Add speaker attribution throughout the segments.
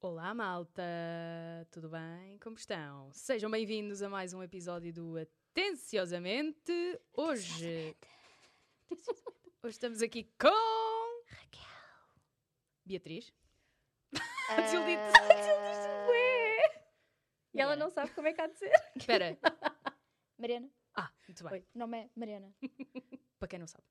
Speaker 1: Olá, malta! Tudo bem? Como estão? Sejam bem-vindos a mais um episódio do Atenciosamente. Hoje. Hoje estamos aqui com.
Speaker 2: Raquel.
Speaker 1: Beatriz.
Speaker 2: Ah,
Speaker 3: um
Speaker 1: Desiludiste-
Speaker 3: E ela
Speaker 1: Mariana.
Speaker 3: não sabe como é que há de ser.
Speaker 1: Espera.
Speaker 2: Mariana.
Speaker 1: Ah, muito bem.
Speaker 2: Oi, o nome é Mariana.
Speaker 1: Para quem não sabe.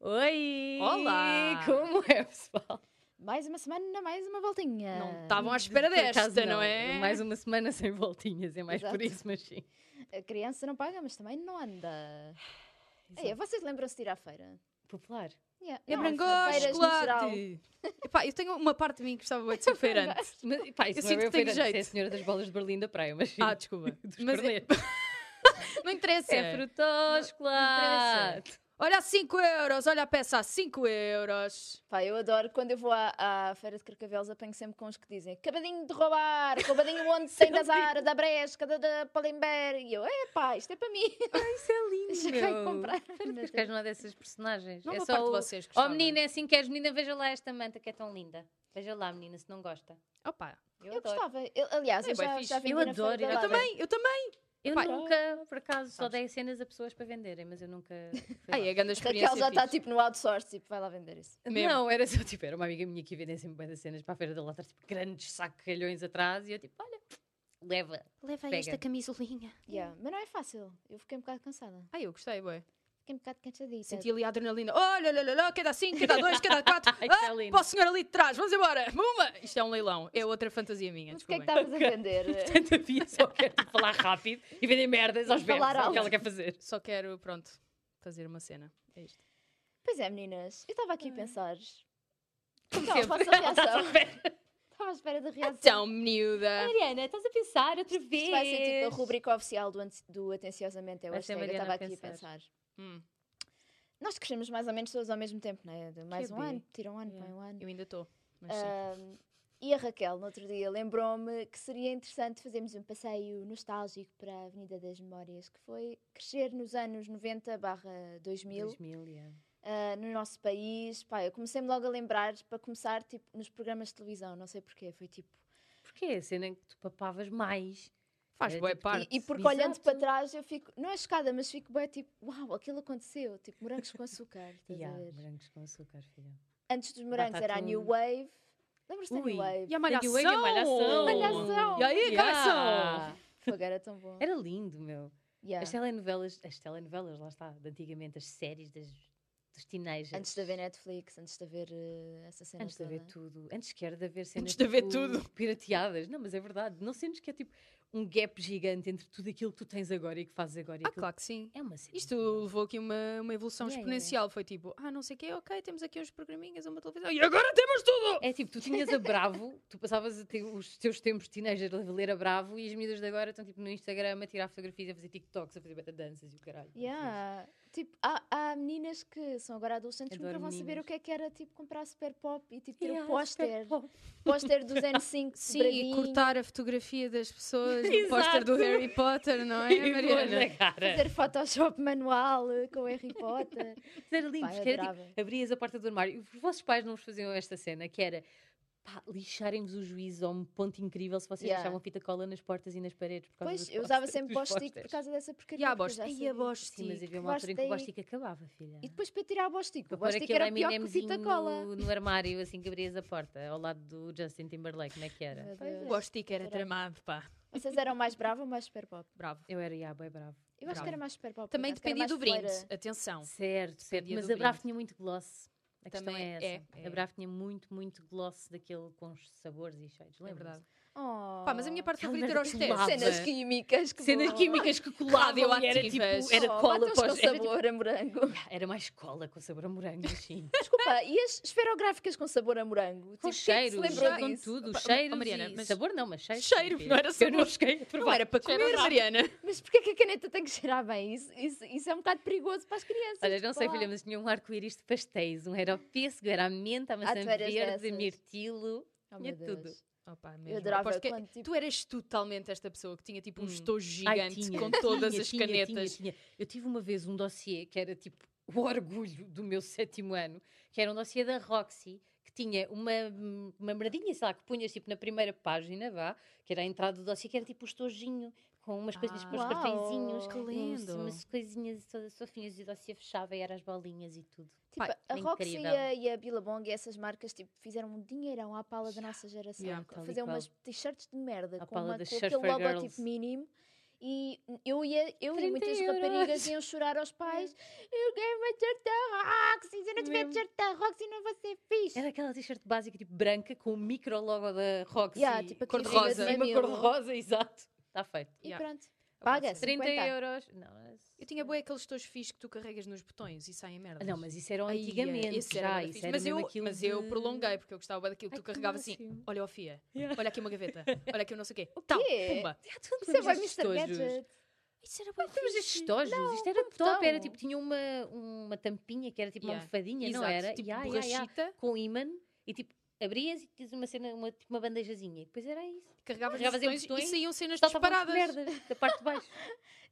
Speaker 3: Oi!
Speaker 1: Olá!
Speaker 3: Como é, pessoal?
Speaker 2: Mais uma semana, mais uma voltinha.
Speaker 1: Não estavam à espera
Speaker 3: É. Por acaso,
Speaker 1: desta, não é?
Speaker 3: Mais um- uma semana sem voltinhas, é mais por
Speaker 2: Exato.
Speaker 3: isso, mas sim.
Speaker 2: A criança não paga, mas também não anda. Ei, vocês lembram-se de ir à feira?
Speaker 3: Popular.
Speaker 2: Yeah.
Speaker 1: Eu
Speaker 2: Não,
Speaker 1: brangosto,
Speaker 2: feiras no geral.
Speaker 1: É chocolate! Epá, eu tenho uma parte de mim que gostava muito de ser feirante.
Speaker 3: Mas, pá, isso
Speaker 1: Eu sinto
Speaker 3: não é
Speaker 1: que
Speaker 3: meu
Speaker 1: tenho
Speaker 3: feirante, isso
Speaker 1: jeito.
Speaker 3: é a senhora das bolas de Berlim da praia, mas sim.
Speaker 1: Ah, desculpa.
Speaker 3: dos
Speaker 1: Mas é-
Speaker 3: cornetos.
Speaker 1: não interessa.
Speaker 3: É frutós, chocolate.
Speaker 1: Olha a 5 euros, olha a peça a 5 euros.
Speaker 2: Pá, eu adoro quando eu vou à, à feira de Carcavelos, apanho sempre com os que dizem acabadinho de roubar, roubadinho onde sem da Zara, da Bresca, da, da Palimber. E eu, é pá, isto é para mim.
Speaker 1: Isso é lindo.
Speaker 2: Já vai comprar.
Speaker 3: Mas queres não é dessas personagens.
Speaker 1: Não
Speaker 3: é
Speaker 1: uma
Speaker 3: só
Speaker 1: parte de
Speaker 3: o...
Speaker 1: vocês que
Speaker 3: Oh
Speaker 1: gostava.
Speaker 3: menina, é assim que és menina, veja lá esta manta que é tão linda. Veja lá, menina, se não gosta.
Speaker 1: Opa,
Speaker 3: Eu,
Speaker 2: Eu
Speaker 3: adoro.
Speaker 2: gostava. Eu- aliás,
Speaker 1: É
Speaker 2: eu
Speaker 1: bué
Speaker 2: já,
Speaker 1: fixe.
Speaker 2: já vendi
Speaker 3: Eu
Speaker 2: na
Speaker 3: adoro,
Speaker 2: feira da
Speaker 3: eu
Speaker 2: Lada.
Speaker 1: também, eu também.
Speaker 3: Eu
Speaker 1: Pá,
Speaker 3: nunca, por acaso, só
Speaker 1: sabes.
Speaker 3: dei cenas a pessoas para venderem, mas eu nunca. fui lá.
Speaker 1: Ai, a grande experiência.
Speaker 2: Raquel já está
Speaker 1: fixe.
Speaker 2: tipo no outsource, tipo, vai lá vender isso.
Speaker 1: Mesmo.
Speaker 3: Não, era só tipo, era uma amiga minha que vendia sempre bem das cenas para a feira da lata, tipo, grandes sacalhões atrás, e eu tipo, olha, leva.
Speaker 4: Leva
Speaker 3: Pega.
Speaker 4: esta camisolinha.
Speaker 3: Hum.
Speaker 2: Yeah, Mas não é fácil. Eu fiquei um bocado cansada.
Speaker 1: Ai, eu gostei, bué.
Speaker 2: Fiquei um bocado cansadita.
Speaker 1: Senti ali a adrenalina. Olha, olha, olha, olha, quer dar 5, quer dar 2, quer dar 4.
Speaker 3: Ai, que tá
Speaker 1: Ah,
Speaker 3: lindo.
Speaker 1: para o senhor ali de trás, vamos embora. Uma! Isto é um leilão, é outra fantasia minha.
Speaker 2: Mas o que é que
Speaker 1: desculpem.
Speaker 2: estavas a vender?
Speaker 3: Portanto, havia só quer tipo, falar rápido e vender merdas aos
Speaker 2: Falar
Speaker 3: berros, é o
Speaker 2: alto.
Speaker 3: que ela quer fazer.
Speaker 1: Só quero, pronto, fazer uma cena. É isto.
Speaker 2: pois é, meninas. Eu estava aqui a pensar.
Speaker 3: Hum. Como
Speaker 2: Então, faço a
Speaker 3: Ela está só
Speaker 2: reação.
Speaker 3: à espera.
Speaker 2: Estava à espera da reação.
Speaker 1: Então, miúda.
Speaker 3: Mariana, estás a pensar outra vez.
Speaker 2: Isto vai ser tipo a rubrica oficial do, antes- do Atenciosamente. é Eu
Speaker 3: Vai
Speaker 2: hashtag.
Speaker 3: ser
Speaker 2: Eu estava
Speaker 3: Mariana a
Speaker 2: aqui a
Speaker 3: pensar.
Speaker 2: pensar.
Speaker 1: Hum,
Speaker 2: Nós crescemos mais ou menos todos ao mesmo tempo, não é? De mais
Speaker 3: Que
Speaker 2: um
Speaker 3: bem.
Speaker 2: ano, tira um ano,
Speaker 3: Yeah.
Speaker 2: põe um ano.
Speaker 1: eu ainda estou. Mas sim.
Speaker 2: Ahm, e a Raquel, no outro dia, lembrou-me que seria interessante fazermos um passeio nostálgico para a Avenida das Memórias, que foi crescer nos anos 90 barra 2000.
Speaker 3: 2000, yeah.
Speaker 2: ah, no nosso país. Pá, eu comecei-me logo a lembrar, para começar, tipo, nos programas de televisão, não sei porquê, foi tipo...
Speaker 3: Porquê? é A cena em que tu papavas mais.
Speaker 1: Faz
Speaker 3: é,
Speaker 1: boa
Speaker 3: tipo,
Speaker 1: parte.
Speaker 2: E, e porque
Speaker 3: Exato.
Speaker 2: olhando para trás eu fico, não é chocada, mas fico bem tipo, uau, aquilo aconteceu, tipo morangos com açúcar, estás a
Speaker 3: Yeah,
Speaker 2: ver?
Speaker 3: morangos com açúcar, filha.
Speaker 2: Antes dos morangos era a New
Speaker 3: Batatu.
Speaker 2: Wave, lembras-te da New
Speaker 3: Ui.
Speaker 2: Wave?
Speaker 1: E a malhação.
Speaker 3: Wave e a Malhação.
Speaker 2: Malhação.
Speaker 1: E aí,
Speaker 3: Yeah.
Speaker 1: cabeção.
Speaker 2: Fogo era tão bom.
Speaker 3: Era lindo, meu.
Speaker 2: Yeah.
Speaker 3: As telenovelas, as telenovelas, lá está, de antigamente, as séries das, dos teenagers.
Speaker 2: Antes de haver Netflix, antes de haver eh, essa cena
Speaker 3: é Antes de
Speaker 2: toda.
Speaker 3: haver tudo. Antes quer de haver cenas
Speaker 1: de haver
Speaker 3: tipo,
Speaker 1: tudo.
Speaker 3: pirateadas. Não, mas é verdade. Não sentes que é tipo um gap gigante entre tudo aquilo que tu tens agora e que fazes agora e
Speaker 1: Ah,
Speaker 3: aquilo-
Speaker 1: claro que sim.
Speaker 3: É uma cena.
Speaker 1: Isto
Speaker 3: incrível.
Speaker 1: levou aqui uma, uma evolução
Speaker 3: Yeah, yeah, yeah.
Speaker 1: exponencial. Foi tipo, ah, não sei o quê, ok, temos aqui uns programinhas, uma televisão. E agora temos tudo!
Speaker 3: É tipo, tu tinhas a Bravo, tu passavas a ter os teus tempos de teenager a ler a Bravo e as miúdas de agora estão tipo no Instagram a tirar fotografias, a fazer TikToks, a fazer beta danças e o caralho.
Speaker 2: Yeah. Tipo, há, há meninas que são agora adolescentes que nunca
Speaker 3: Adoro
Speaker 2: vão saber
Speaker 3: meninas.
Speaker 2: o que é que era tipo comprar super pop e tipo ter
Speaker 3: Yeah,
Speaker 2: o póster,
Speaker 3: super pop.
Speaker 2: póster dos anos 5
Speaker 1: Sim, e cortar a fotografia das pessoas, o póster do
Speaker 3: Exato.
Speaker 1: Harry Potter, não é,
Speaker 3: E pôr
Speaker 1: Mariana?
Speaker 3: na cara.
Speaker 2: fazer Photoshop manual eh, com Harry Potter.
Speaker 3: Mas era lindo,
Speaker 2: Pá,
Speaker 3: porque era tipo,
Speaker 2: adorava.
Speaker 3: abrias a porta do armário. Os vossos pais não vos faziam esta cena, que era pá, lixarem-vos o juízo a um ponto incrível se vocês
Speaker 2: Yeah.
Speaker 3: deixavam fita cola nas portas e nas paredes. Por causa
Speaker 2: Pois,
Speaker 3: dos
Speaker 2: eu usava
Speaker 3: póster-
Speaker 2: sempre
Speaker 3: dos
Speaker 2: Bostic por
Speaker 3: pósteres.
Speaker 2: causa dessa
Speaker 1: E
Speaker 2: porcaria.
Speaker 1: a
Speaker 2: porque eu já
Speaker 1: Bostic? E
Speaker 2: sabia.
Speaker 1: a Bostic?
Speaker 3: assim, Sim, mas havia uma altura em que o
Speaker 2: Bostic.
Speaker 3: Bostic acabava, filha.
Speaker 2: E depois para tirar a Bostic, o
Speaker 3: Para pôr
Speaker 2: Bostic
Speaker 3: aquele
Speaker 2: era pior
Speaker 1: M&M
Speaker 2: que fita
Speaker 3: M&Mzinho
Speaker 2: cola.
Speaker 3: no, no armário, assim que abrias a porta, ao lado do Justin Timberlake, como é que era?
Speaker 2: Meu
Speaker 1: Pois é.
Speaker 2: Deus.
Speaker 1: O Bostic era
Speaker 2: Era.
Speaker 1: tramado, pá.
Speaker 2: Vocês eram mais brava ou mais super pop?
Speaker 1: Bravo.
Speaker 3: Eu era Iabo, é bravo.
Speaker 2: Eu acho
Speaker 1: Brava.
Speaker 2: que era mais super pop. por
Speaker 1: Também
Speaker 2: acaso, que era
Speaker 1: dependia do
Speaker 2: mais
Speaker 1: brinde,
Speaker 2: fleira.
Speaker 1: atenção.
Speaker 3: Certo, certo.
Speaker 1: Dependia
Speaker 3: Mas
Speaker 1: do
Speaker 3: a Bravo
Speaker 1: brinde.
Speaker 3: tinha muito gloss. A questão
Speaker 1: Também
Speaker 3: é essa.
Speaker 1: é, é.
Speaker 3: A Bravo tinha muito, muito gloss daquele com os sabores e cheiros.
Speaker 1: É
Speaker 3: lembra-se?
Speaker 1: verdade.
Speaker 2: Oh.
Speaker 1: Pá, mas a minha parte é favorita era
Speaker 3: Aquela merda
Speaker 1: os
Speaker 3: que
Speaker 1: testes.
Speaker 3: lava.
Speaker 2: Cenas químicas. Que
Speaker 3: Cenas
Speaker 2: bom.
Speaker 3: químicas que colavam e era tipo,
Speaker 1: Radioativas.
Speaker 3: era
Speaker 2: Oh,
Speaker 3: cola
Speaker 2: batatas
Speaker 3: para
Speaker 2: com
Speaker 3: os- era, tipo,
Speaker 2: sabor a morango.
Speaker 3: era mais cola com sabor a morango, assim. sim.
Speaker 2: Desculpa, e as esferográficas com sabor a morango? Tipo, quem é
Speaker 3: com
Speaker 2: que se
Speaker 3: cheiros,
Speaker 2: lembrou
Speaker 3: com
Speaker 2: disso?
Speaker 3: tudo,
Speaker 1: Opa,
Speaker 3: cheiros
Speaker 1: oh, Mariana,
Speaker 3: e
Speaker 1: mas-
Speaker 3: sabor não, mas cheiro.
Speaker 1: Cheiro, não era
Speaker 3: Eu não
Speaker 1: sabor.
Speaker 3: cheguei a
Speaker 1: Não
Speaker 3: provar.
Speaker 1: era para comer,
Speaker 3: Cheirava.
Speaker 1: Mariana.
Speaker 2: Mas porquê que a caneta tem que cheirar bem? Isso, isso, isso é um bocado perigoso para as crianças.
Speaker 3: Olha, não sei,
Speaker 2: desculpa
Speaker 3: filha,
Speaker 2: lá.
Speaker 3: mas tinha um arco-íris de pastéis. Um era o pêssego, era a menta,
Speaker 2: Ah,
Speaker 3: a maçã
Speaker 2: tu eras
Speaker 3: verde,
Speaker 2: dessas.
Speaker 3: mirtilo.
Speaker 2: Oh, meu
Speaker 3: tinha tudo.
Speaker 2: Deus.
Speaker 1: Opa,
Speaker 2: Eu
Speaker 1: mesmo.
Speaker 2: adorava
Speaker 1: Aposto que
Speaker 2: quando, tipo,
Speaker 1: Tu eras totalmente esta pessoa que tinha tipo um
Speaker 3: é Hum.
Speaker 1: estojo
Speaker 3: Ai,
Speaker 1: gigante
Speaker 3: tinha,
Speaker 1: com todas
Speaker 3: tinha,
Speaker 1: as
Speaker 3: tinha, tinha,
Speaker 1: canetas.
Speaker 3: tinha. Eu tive uma vez um dossiê que era tipo o orgulho do meu sétimo ano, que era um dossiê da Roxy, que tinha uma, uma merdinha, sei lá, que punhas tipo na primeira página, vá, que era a entrada do dossiê, que era tipo um estojinho, com umas coisinhas
Speaker 1: Ah,
Speaker 3: para os
Speaker 2: uau,
Speaker 3: cartõezinhos,
Speaker 1: que
Speaker 3: uns-
Speaker 1: lindo.
Speaker 3: umas coisinhas todas fofinhas, e o dossiê fechava e era as bolinhas e tudo.
Speaker 2: tipo,
Speaker 1: Pai,
Speaker 2: a
Speaker 3: era
Speaker 2: Roxy e
Speaker 3: incrível.
Speaker 2: a, e a Billabong e essas marcas tipo, fizeram um dinheirão à pala da nossa geração.
Speaker 1: yeah,
Speaker 2: com-
Speaker 3: tal e
Speaker 2: fazer
Speaker 3: qual.
Speaker 2: umas t-shirts de merda
Speaker 3: À
Speaker 2: com,
Speaker 3: pala
Speaker 2: uma, com
Speaker 3: das
Speaker 2: aquele
Speaker 3: Surfer
Speaker 2: logotipo
Speaker 3: Girls.
Speaker 2: mínimo. E eu, ia, eu e
Speaker 3: 30
Speaker 2: muitas
Speaker 3: euros.
Speaker 2: raparigas iam chorar aos pais. Eu ganhei uma t-shirt da Roxy, se eu não tiver
Speaker 3: Mesmo.
Speaker 2: t-shirt da Roxy não vou ser fixe.
Speaker 3: Era aquela t-shirt básica, tipo branca, com o micro logo da Roxy.
Speaker 2: Yeah, tipo aqui
Speaker 1: Cor-de-rosa.
Speaker 2: em cima do
Speaker 3: E
Speaker 2: mamilo.
Speaker 3: uma cor-de-rosa, exato. Está Tá feito.
Speaker 2: E
Speaker 1: Yeah.
Speaker 2: pronto.
Speaker 1: Opa,
Speaker 2: Paga,
Speaker 1: sim.
Speaker 3: 30
Speaker 2: 50.
Speaker 3: euros. Não, é-
Speaker 1: Eu tinha bué aqueles tojos fixos que tu carregas nos botões e saem
Speaker 3: Ah,
Speaker 1: merdas.
Speaker 3: Não, mas isso era
Speaker 1: Ai,
Speaker 3: antigamente.
Speaker 1: esse
Speaker 3: já,
Speaker 1: bué da
Speaker 3: isso
Speaker 1: fixe.
Speaker 3: era
Speaker 1: mas
Speaker 3: mesmo
Speaker 1: eu,
Speaker 3: aquilo
Speaker 1: mas eu
Speaker 3: de-
Speaker 1: prolonguei porque eu gostava bué daquilo.
Speaker 3: Ai,
Speaker 1: tu
Speaker 3: que
Speaker 1: carregavas assim,
Speaker 3: máximo.
Speaker 1: olha ó Fia,
Speaker 3: Yeah.
Speaker 1: olha aqui uma gaveta, olha aqui um não sei o quê.
Speaker 2: quê?
Speaker 1: Tal, pumba.
Speaker 3: Ah, tu não te
Speaker 2: Isso é
Speaker 3: lembras
Speaker 2: bem
Speaker 3: desses
Speaker 2: Mr.
Speaker 3: tojos?
Speaker 2: Gadget.
Speaker 1: Isso era bué
Speaker 3: Mas estes
Speaker 1: fixe.
Speaker 3: tojos, é isto era
Speaker 2: botão.
Speaker 3: top, era tipo, tinha uma, uma tampinha que era tipo uma
Speaker 1: Yeah.
Speaker 3: almofadinha, não
Speaker 1: Exato,
Speaker 3: era?
Speaker 1: Tipo
Speaker 3: Yeah, yeah,
Speaker 1: borrachita,
Speaker 3: yeah. Com ímã e tipo, abrias e tinhas uma cena, uma, tipo, uma bandejazinha. E depois era isso.
Speaker 1: carregavas nos
Speaker 3: Carregavas em
Speaker 1: botões,
Speaker 3: botões
Speaker 1: e saíam cenas
Speaker 3: Só estavam
Speaker 1: disparadas. É,
Speaker 3: merda da parte de baixo.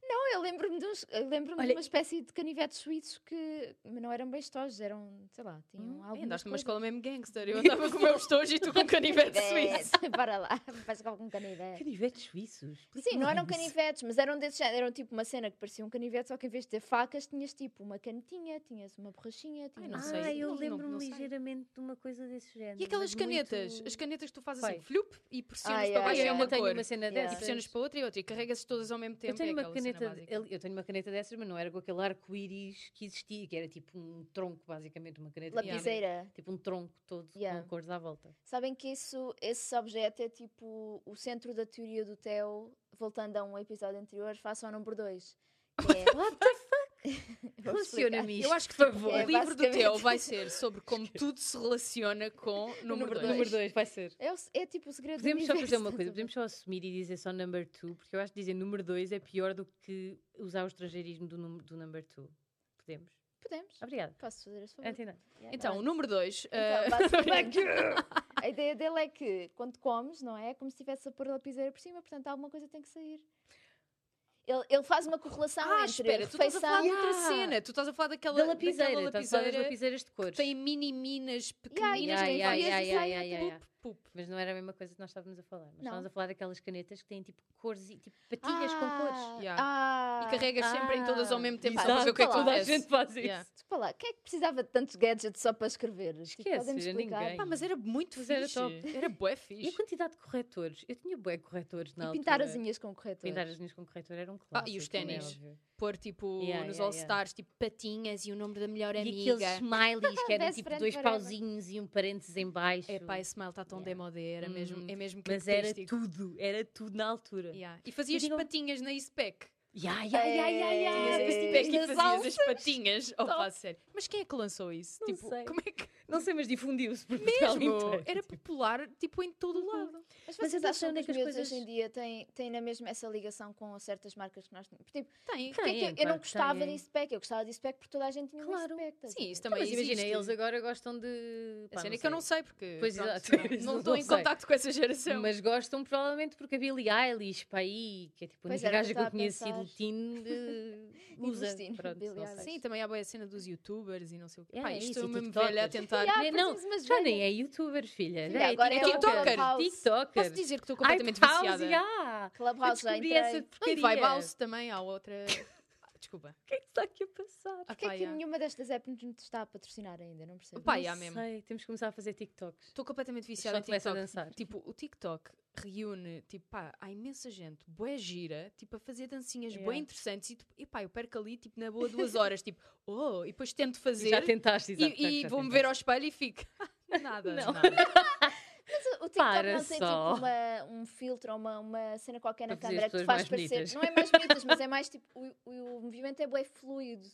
Speaker 2: Não, eu lembro-me de, uns- eu lembro-me de
Speaker 3: Olha,
Speaker 2: uma espécie de canivetes suíços que mas não eram bem estojos, eram, sei lá, tinham
Speaker 1: Hum,
Speaker 2: algo.
Speaker 1: Andaste numa escola mesmo gangster. Eu andava com o meu estojo e tu com um
Speaker 3: É
Speaker 1: canivete suíço.
Speaker 2: Para lá, faz algum canivete.
Speaker 3: Canivetes suíços.
Speaker 1: é
Speaker 2: Sim, não eram
Speaker 3: canivetes.
Speaker 2: canivetes, mas eram desse género. Eram tipo uma cena que parecia um canivete, só que em vez de ter facas, tinhas tipo uma canetinha, tinhas uma borrachinha, tinhas um
Speaker 1: não
Speaker 3: Ah,
Speaker 1: sei.
Speaker 3: eu
Speaker 1: não- não-
Speaker 3: lembro-me
Speaker 1: não sei.
Speaker 3: ligeiramente de uma coisa desse género.
Speaker 1: E aquelas
Speaker 3: mas muito-
Speaker 1: canetas, as canetas que tu fazes assim,
Speaker 3: Pai.
Speaker 1: flup, e pressionas
Speaker 2: Ai,
Speaker 1: para
Speaker 2: ai,
Speaker 1: baixo
Speaker 2: ai.
Speaker 1: é uma
Speaker 3: Eu tenho
Speaker 1: cor. Tipo,
Speaker 3: uma cena
Speaker 2: Yeah.
Speaker 1: E
Speaker 3: dessas.
Speaker 1: pressionas para outra e outra, e carregas todas ao mesmo tempo.
Speaker 3: Eu tenho,
Speaker 1: é
Speaker 3: uma
Speaker 1: aquela cena
Speaker 3: caneta,
Speaker 1: básica.
Speaker 3: de- eu tenho uma caneta dessas, mas não era com aquele arco-íris que existia, que era tipo um tronco, basicamente, uma caneta. pequena,
Speaker 2: lapiseira.
Speaker 3: Tipo um tronco todo
Speaker 2: Yeah.
Speaker 3: com cores à volta.
Speaker 2: Sabem que isso, esse objeto é tipo o centro da teoria do Theo, voltando a um episódio anterior, faça o número é 2.
Speaker 3: What the
Speaker 2: Relaciona-me
Speaker 3: Relaciona-me
Speaker 1: Eu acho que
Speaker 3: por
Speaker 1: tipo,
Speaker 3: favor.
Speaker 1: o
Speaker 2: É,
Speaker 1: livro do
Speaker 2: basicamente.
Speaker 1: Teo vai ser sobre como tudo se relaciona com número
Speaker 2: número
Speaker 1: 2.
Speaker 2: dois.
Speaker 3: Número 2, vai ser.
Speaker 2: É, o- é tipo o segredo
Speaker 3: Podemos
Speaker 2: do
Speaker 3: só
Speaker 2: universo.
Speaker 3: fazer uma
Speaker 2: estás a
Speaker 3: coisa,
Speaker 2: ver?
Speaker 3: podemos só assumir e dizer só number 2, porque eu acho que dizer número 2 é pior do que usar o estrangeirismo do, número- do number 2. Podemos?
Speaker 2: Podemos.
Speaker 3: Obrigada.
Speaker 2: Posso fazer a sua
Speaker 3: Antena.
Speaker 1: Então, o número eh, 2.
Speaker 2: Então, basicamente, a ideia dele é que quando comes, não é? É como se estivesse a pôr a lapiseira por cima, portanto alguma coisa tem que sair. Ele, ele faz uma correlação
Speaker 1: ah,
Speaker 2: entre
Speaker 1: espera, tu estás a falar
Speaker 2: refeição Ah!
Speaker 1: de outra
Speaker 3: Yeah.
Speaker 1: cena. Tu estás a falar daquela
Speaker 3: da lapiseira,
Speaker 1: daquela
Speaker 3: estás a falar tá, das
Speaker 1: lapiseira
Speaker 3: lapiseiras de
Speaker 1: que
Speaker 3: cores.
Speaker 1: tem mini minas
Speaker 2: Yeah,
Speaker 1: pequeninas
Speaker 2: yeah,
Speaker 1: que
Speaker 2: yeah,
Speaker 1: enfias
Speaker 2: yeah,
Speaker 1: e
Speaker 2: yeah,
Speaker 1: saem
Speaker 3: yeah,
Speaker 1: pup,
Speaker 3: yeah.
Speaker 1: pup.
Speaker 3: Mas não era a mesma coisa que nós estávamos a falar. Nós
Speaker 2: Não.
Speaker 3: estávamos a falar daquelas canetas que têm tipo cores e tipo patinhas com cores.
Speaker 1: Yeah.
Speaker 2: Ah,
Speaker 1: E carregas é sempre em todas ao
Speaker 3: Ah,
Speaker 1: mesmo tempo
Speaker 2: exato.
Speaker 1: para ver o que é que
Speaker 2: Toda a
Speaker 3: Toda a
Speaker 1: acontece.
Speaker 3: gente faz isso.
Speaker 1: Yeah.
Speaker 2: Desculpa lá, quem é que precisava de tantos gadgets só para escrever? Tipo,
Speaker 3: Esquece,
Speaker 2: podem-me
Speaker 3: era
Speaker 2: explicar?
Speaker 3: ninguém.
Speaker 1: Pá, mas era muito
Speaker 3: Mas
Speaker 1: fixe.
Speaker 3: era
Speaker 1: Era, bué
Speaker 3: E a
Speaker 1: fixe.
Speaker 3: quantidade de corretores? Eu tinha bué corretores na
Speaker 2: E
Speaker 3: altura.
Speaker 2: pintar as unhas com corretor.
Speaker 3: Pintar as unhas com corretor era um
Speaker 1: Ah,
Speaker 3: clássico.
Speaker 1: e os
Speaker 3: como é
Speaker 1: ténis.
Speaker 3: óbvio.
Speaker 1: Pôr tipo
Speaker 3: Yeah,
Speaker 1: nos
Speaker 3: yeah, yeah.
Speaker 1: All-Stars, tipo patinhas e o nome da melhor
Speaker 3: E
Speaker 1: amiga.
Speaker 3: aqueles smileys que eram
Speaker 2: Best
Speaker 3: tipo
Speaker 2: friend
Speaker 3: dois
Speaker 2: forever.
Speaker 3: pauzinhos e um parênteses em baixo.
Speaker 1: É pá, esse smile está tão
Speaker 3: Yeah.
Speaker 1: demodé, era mesmo,
Speaker 3: Uhum.
Speaker 1: é mesmo
Speaker 3: Mas era
Speaker 1: característico.
Speaker 3: tudo, era tudo na altura.
Speaker 1: Yeah. E fazias
Speaker 3: digam-
Speaker 1: patinhas na ISPEC.
Speaker 3: Ya, ya, ya, ya, ya.
Speaker 1: Tinhas a
Speaker 2: É.
Speaker 1: ISPEC e
Speaker 3: Tinhas
Speaker 1: fazias
Speaker 3: alça.
Speaker 1: as patinhas. Oh, pá, sério. Mas quem é que lançou isso?
Speaker 3: Não
Speaker 1: tipo,
Speaker 3: sei.
Speaker 1: como é que.
Speaker 3: Não sei, mas difundiu-se por Portugal
Speaker 1: Mesmo?
Speaker 3: inteiro.
Speaker 1: Era popular, tipo, em todo o
Speaker 3: Uhum.
Speaker 1: lado.
Speaker 2: Mas
Speaker 3: Mas
Speaker 2: vocês
Speaker 3: eu não sei
Speaker 2: acham
Speaker 3: onde
Speaker 2: que
Speaker 3: é
Speaker 2: os
Speaker 3: que as
Speaker 2: miúdos
Speaker 3: coisas-
Speaker 2: hoje em dia têm, têm na mesma essa ligação com certas marcas que nós temos? Tipo,
Speaker 1: Tem.
Speaker 2: porque é que eu- eu,
Speaker 3: Têm, claro
Speaker 2: não
Speaker 3: que
Speaker 2: gostava
Speaker 3: têm.
Speaker 2: de spec, eu gostava de spec porque toda a gente tinha
Speaker 3: Claro.
Speaker 2: um spec.
Speaker 1: Sim, isso
Speaker 3: Então,
Speaker 1: também
Speaker 3: mas imagina,
Speaker 1: existe.
Speaker 3: eles agora gostam de.
Speaker 1: A
Speaker 3: pá,
Speaker 1: cena é que eu não sei, porque
Speaker 3: Pois,
Speaker 1: pronto,
Speaker 3: exato.
Speaker 1: não-
Speaker 3: Isso
Speaker 1: não
Speaker 3: não
Speaker 1: estou em
Speaker 3: sei.
Speaker 1: contacto com essa geração.
Speaker 3: Mas gostam provavelmente porque a Billie Eilish, para aí, que é tipo a
Speaker 2: Pois
Speaker 3: única
Speaker 2: era o que
Speaker 3: gaja
Speaker 2: eu
Speaker 3: que eu
Speaker 2: estava a
Speaker 3: conheci
Speaker 2: pensar.
Speaker 3: do teen, eh, usa.
Speaker 2: Celestino,
Speaker 3: Pronto,
Speaker 2: Billie
Speaker 3: não
Speaker 2: Eilish.
Speaker 3: sei.
Speaker 1: Sim, também há boa cena dos youtubers e não sei o quê.
Speaker 3: É,
Speaker 1: Pá,
Speaker 3: é
Speaker 1: isto
Speaker 3: isso,
Speaker 1: é
Speaker 3: e
Speaker 1: uma
Speaker 3: TikTokers.
Speaker 1: velha a tentar.
Speaker 2: Yeah,
Speaker 3: Não, não,
Speaker 2: pareces umas
Speaker 3: já nem
Speaker 2: velhas.
Speaker 3: é youtuber, filha.
Speaker 2: Filha,
Speaker 3: Já
Speaker 2: agora
Speaker 3: é
Speaker 2: é
Speaker 3: tiktoker.
Speaker 2: Clubhouse.
Speaker 3: tiktoker.
Speaker 1: Posso
Speaker 2: é
Speaker 1: dizer que estou completamente
Speaker 3: iPhouse,
Speaker 1: viciada.
Speaker 3: já.
Speaker 2: Clubhouse
Speaker 3: Eu
Speaker 2: já
Speaker 3: descobri
Speaker 2: entrei.
Speaker 3: essa
Speaker 1: Não, e
Speaker 3: porcaria.
Speaker 1: Vibe House também, há outra. Ah, Desculpa.
Speaker 3: O que é que está aqui a passar?
Speaker 1: Ah,
Speaker 2: Porquê
Speaker 1: pá,
Speaker 2: é que
Speaker 1: yeah.
Speaker 2: nenhuma destas apps nos está a patrocinar ainda? Não percebo.
Speaker 1: Pá,
Speaker 3: Não
Speaker 1: já é mesmo.
Speaker 3: sei, temos que começar a fazer TikToks.
Speaker 1: Estou completamente viciada
Speaker 3: Só
Speaker 1: em
Speaker 3: começa a
Speaker 1: TikTok.
Speaker 3: dançar.
Speaker 1: Tipo, o TikTok reúne, tipo, pá, há imensa gente, boé gira, tipo, a fazer dancinhas bué
Speaker 3: Yeah.
Speaker 1: interessantes e, tipo, e pá, eu perco ali, tipo, na boa duas horas, tipo, oh, e depois tento
Speaker 3: E Já
Speaker 1: fazer
Speaker 3: tentaste,
Speaker 1: e,
Speaker 3: exato.
Speaker 1: e
Speaker 3: já
Speaker 1: vou-me
Speaker 3: tentaste.
Speaker 1: ver ao espelho e fico, nada,
Speaker 3: Não.
Speaker 1: nada.
Speaker 2: Mas o- o TikTok
Speaker 3: Para
Speaker 2: não tem
Speaker 3: só.
Speaker 2: tipo uma- um filtro ou uma, uma cena qualquer na
Speaker 3: Para fazer
Speaker 2: câmara
Speaker 3: as
Speaker 2: que te
Speaker 3: pessoas
Speaker 2: faz
Speaker 3: mais
Speaker 2: parecer.
Speaker 3: bonitas.
Speaker 2: Não é mais bonitas, mas é mais tipo. O, o- o movimento é bué fluido.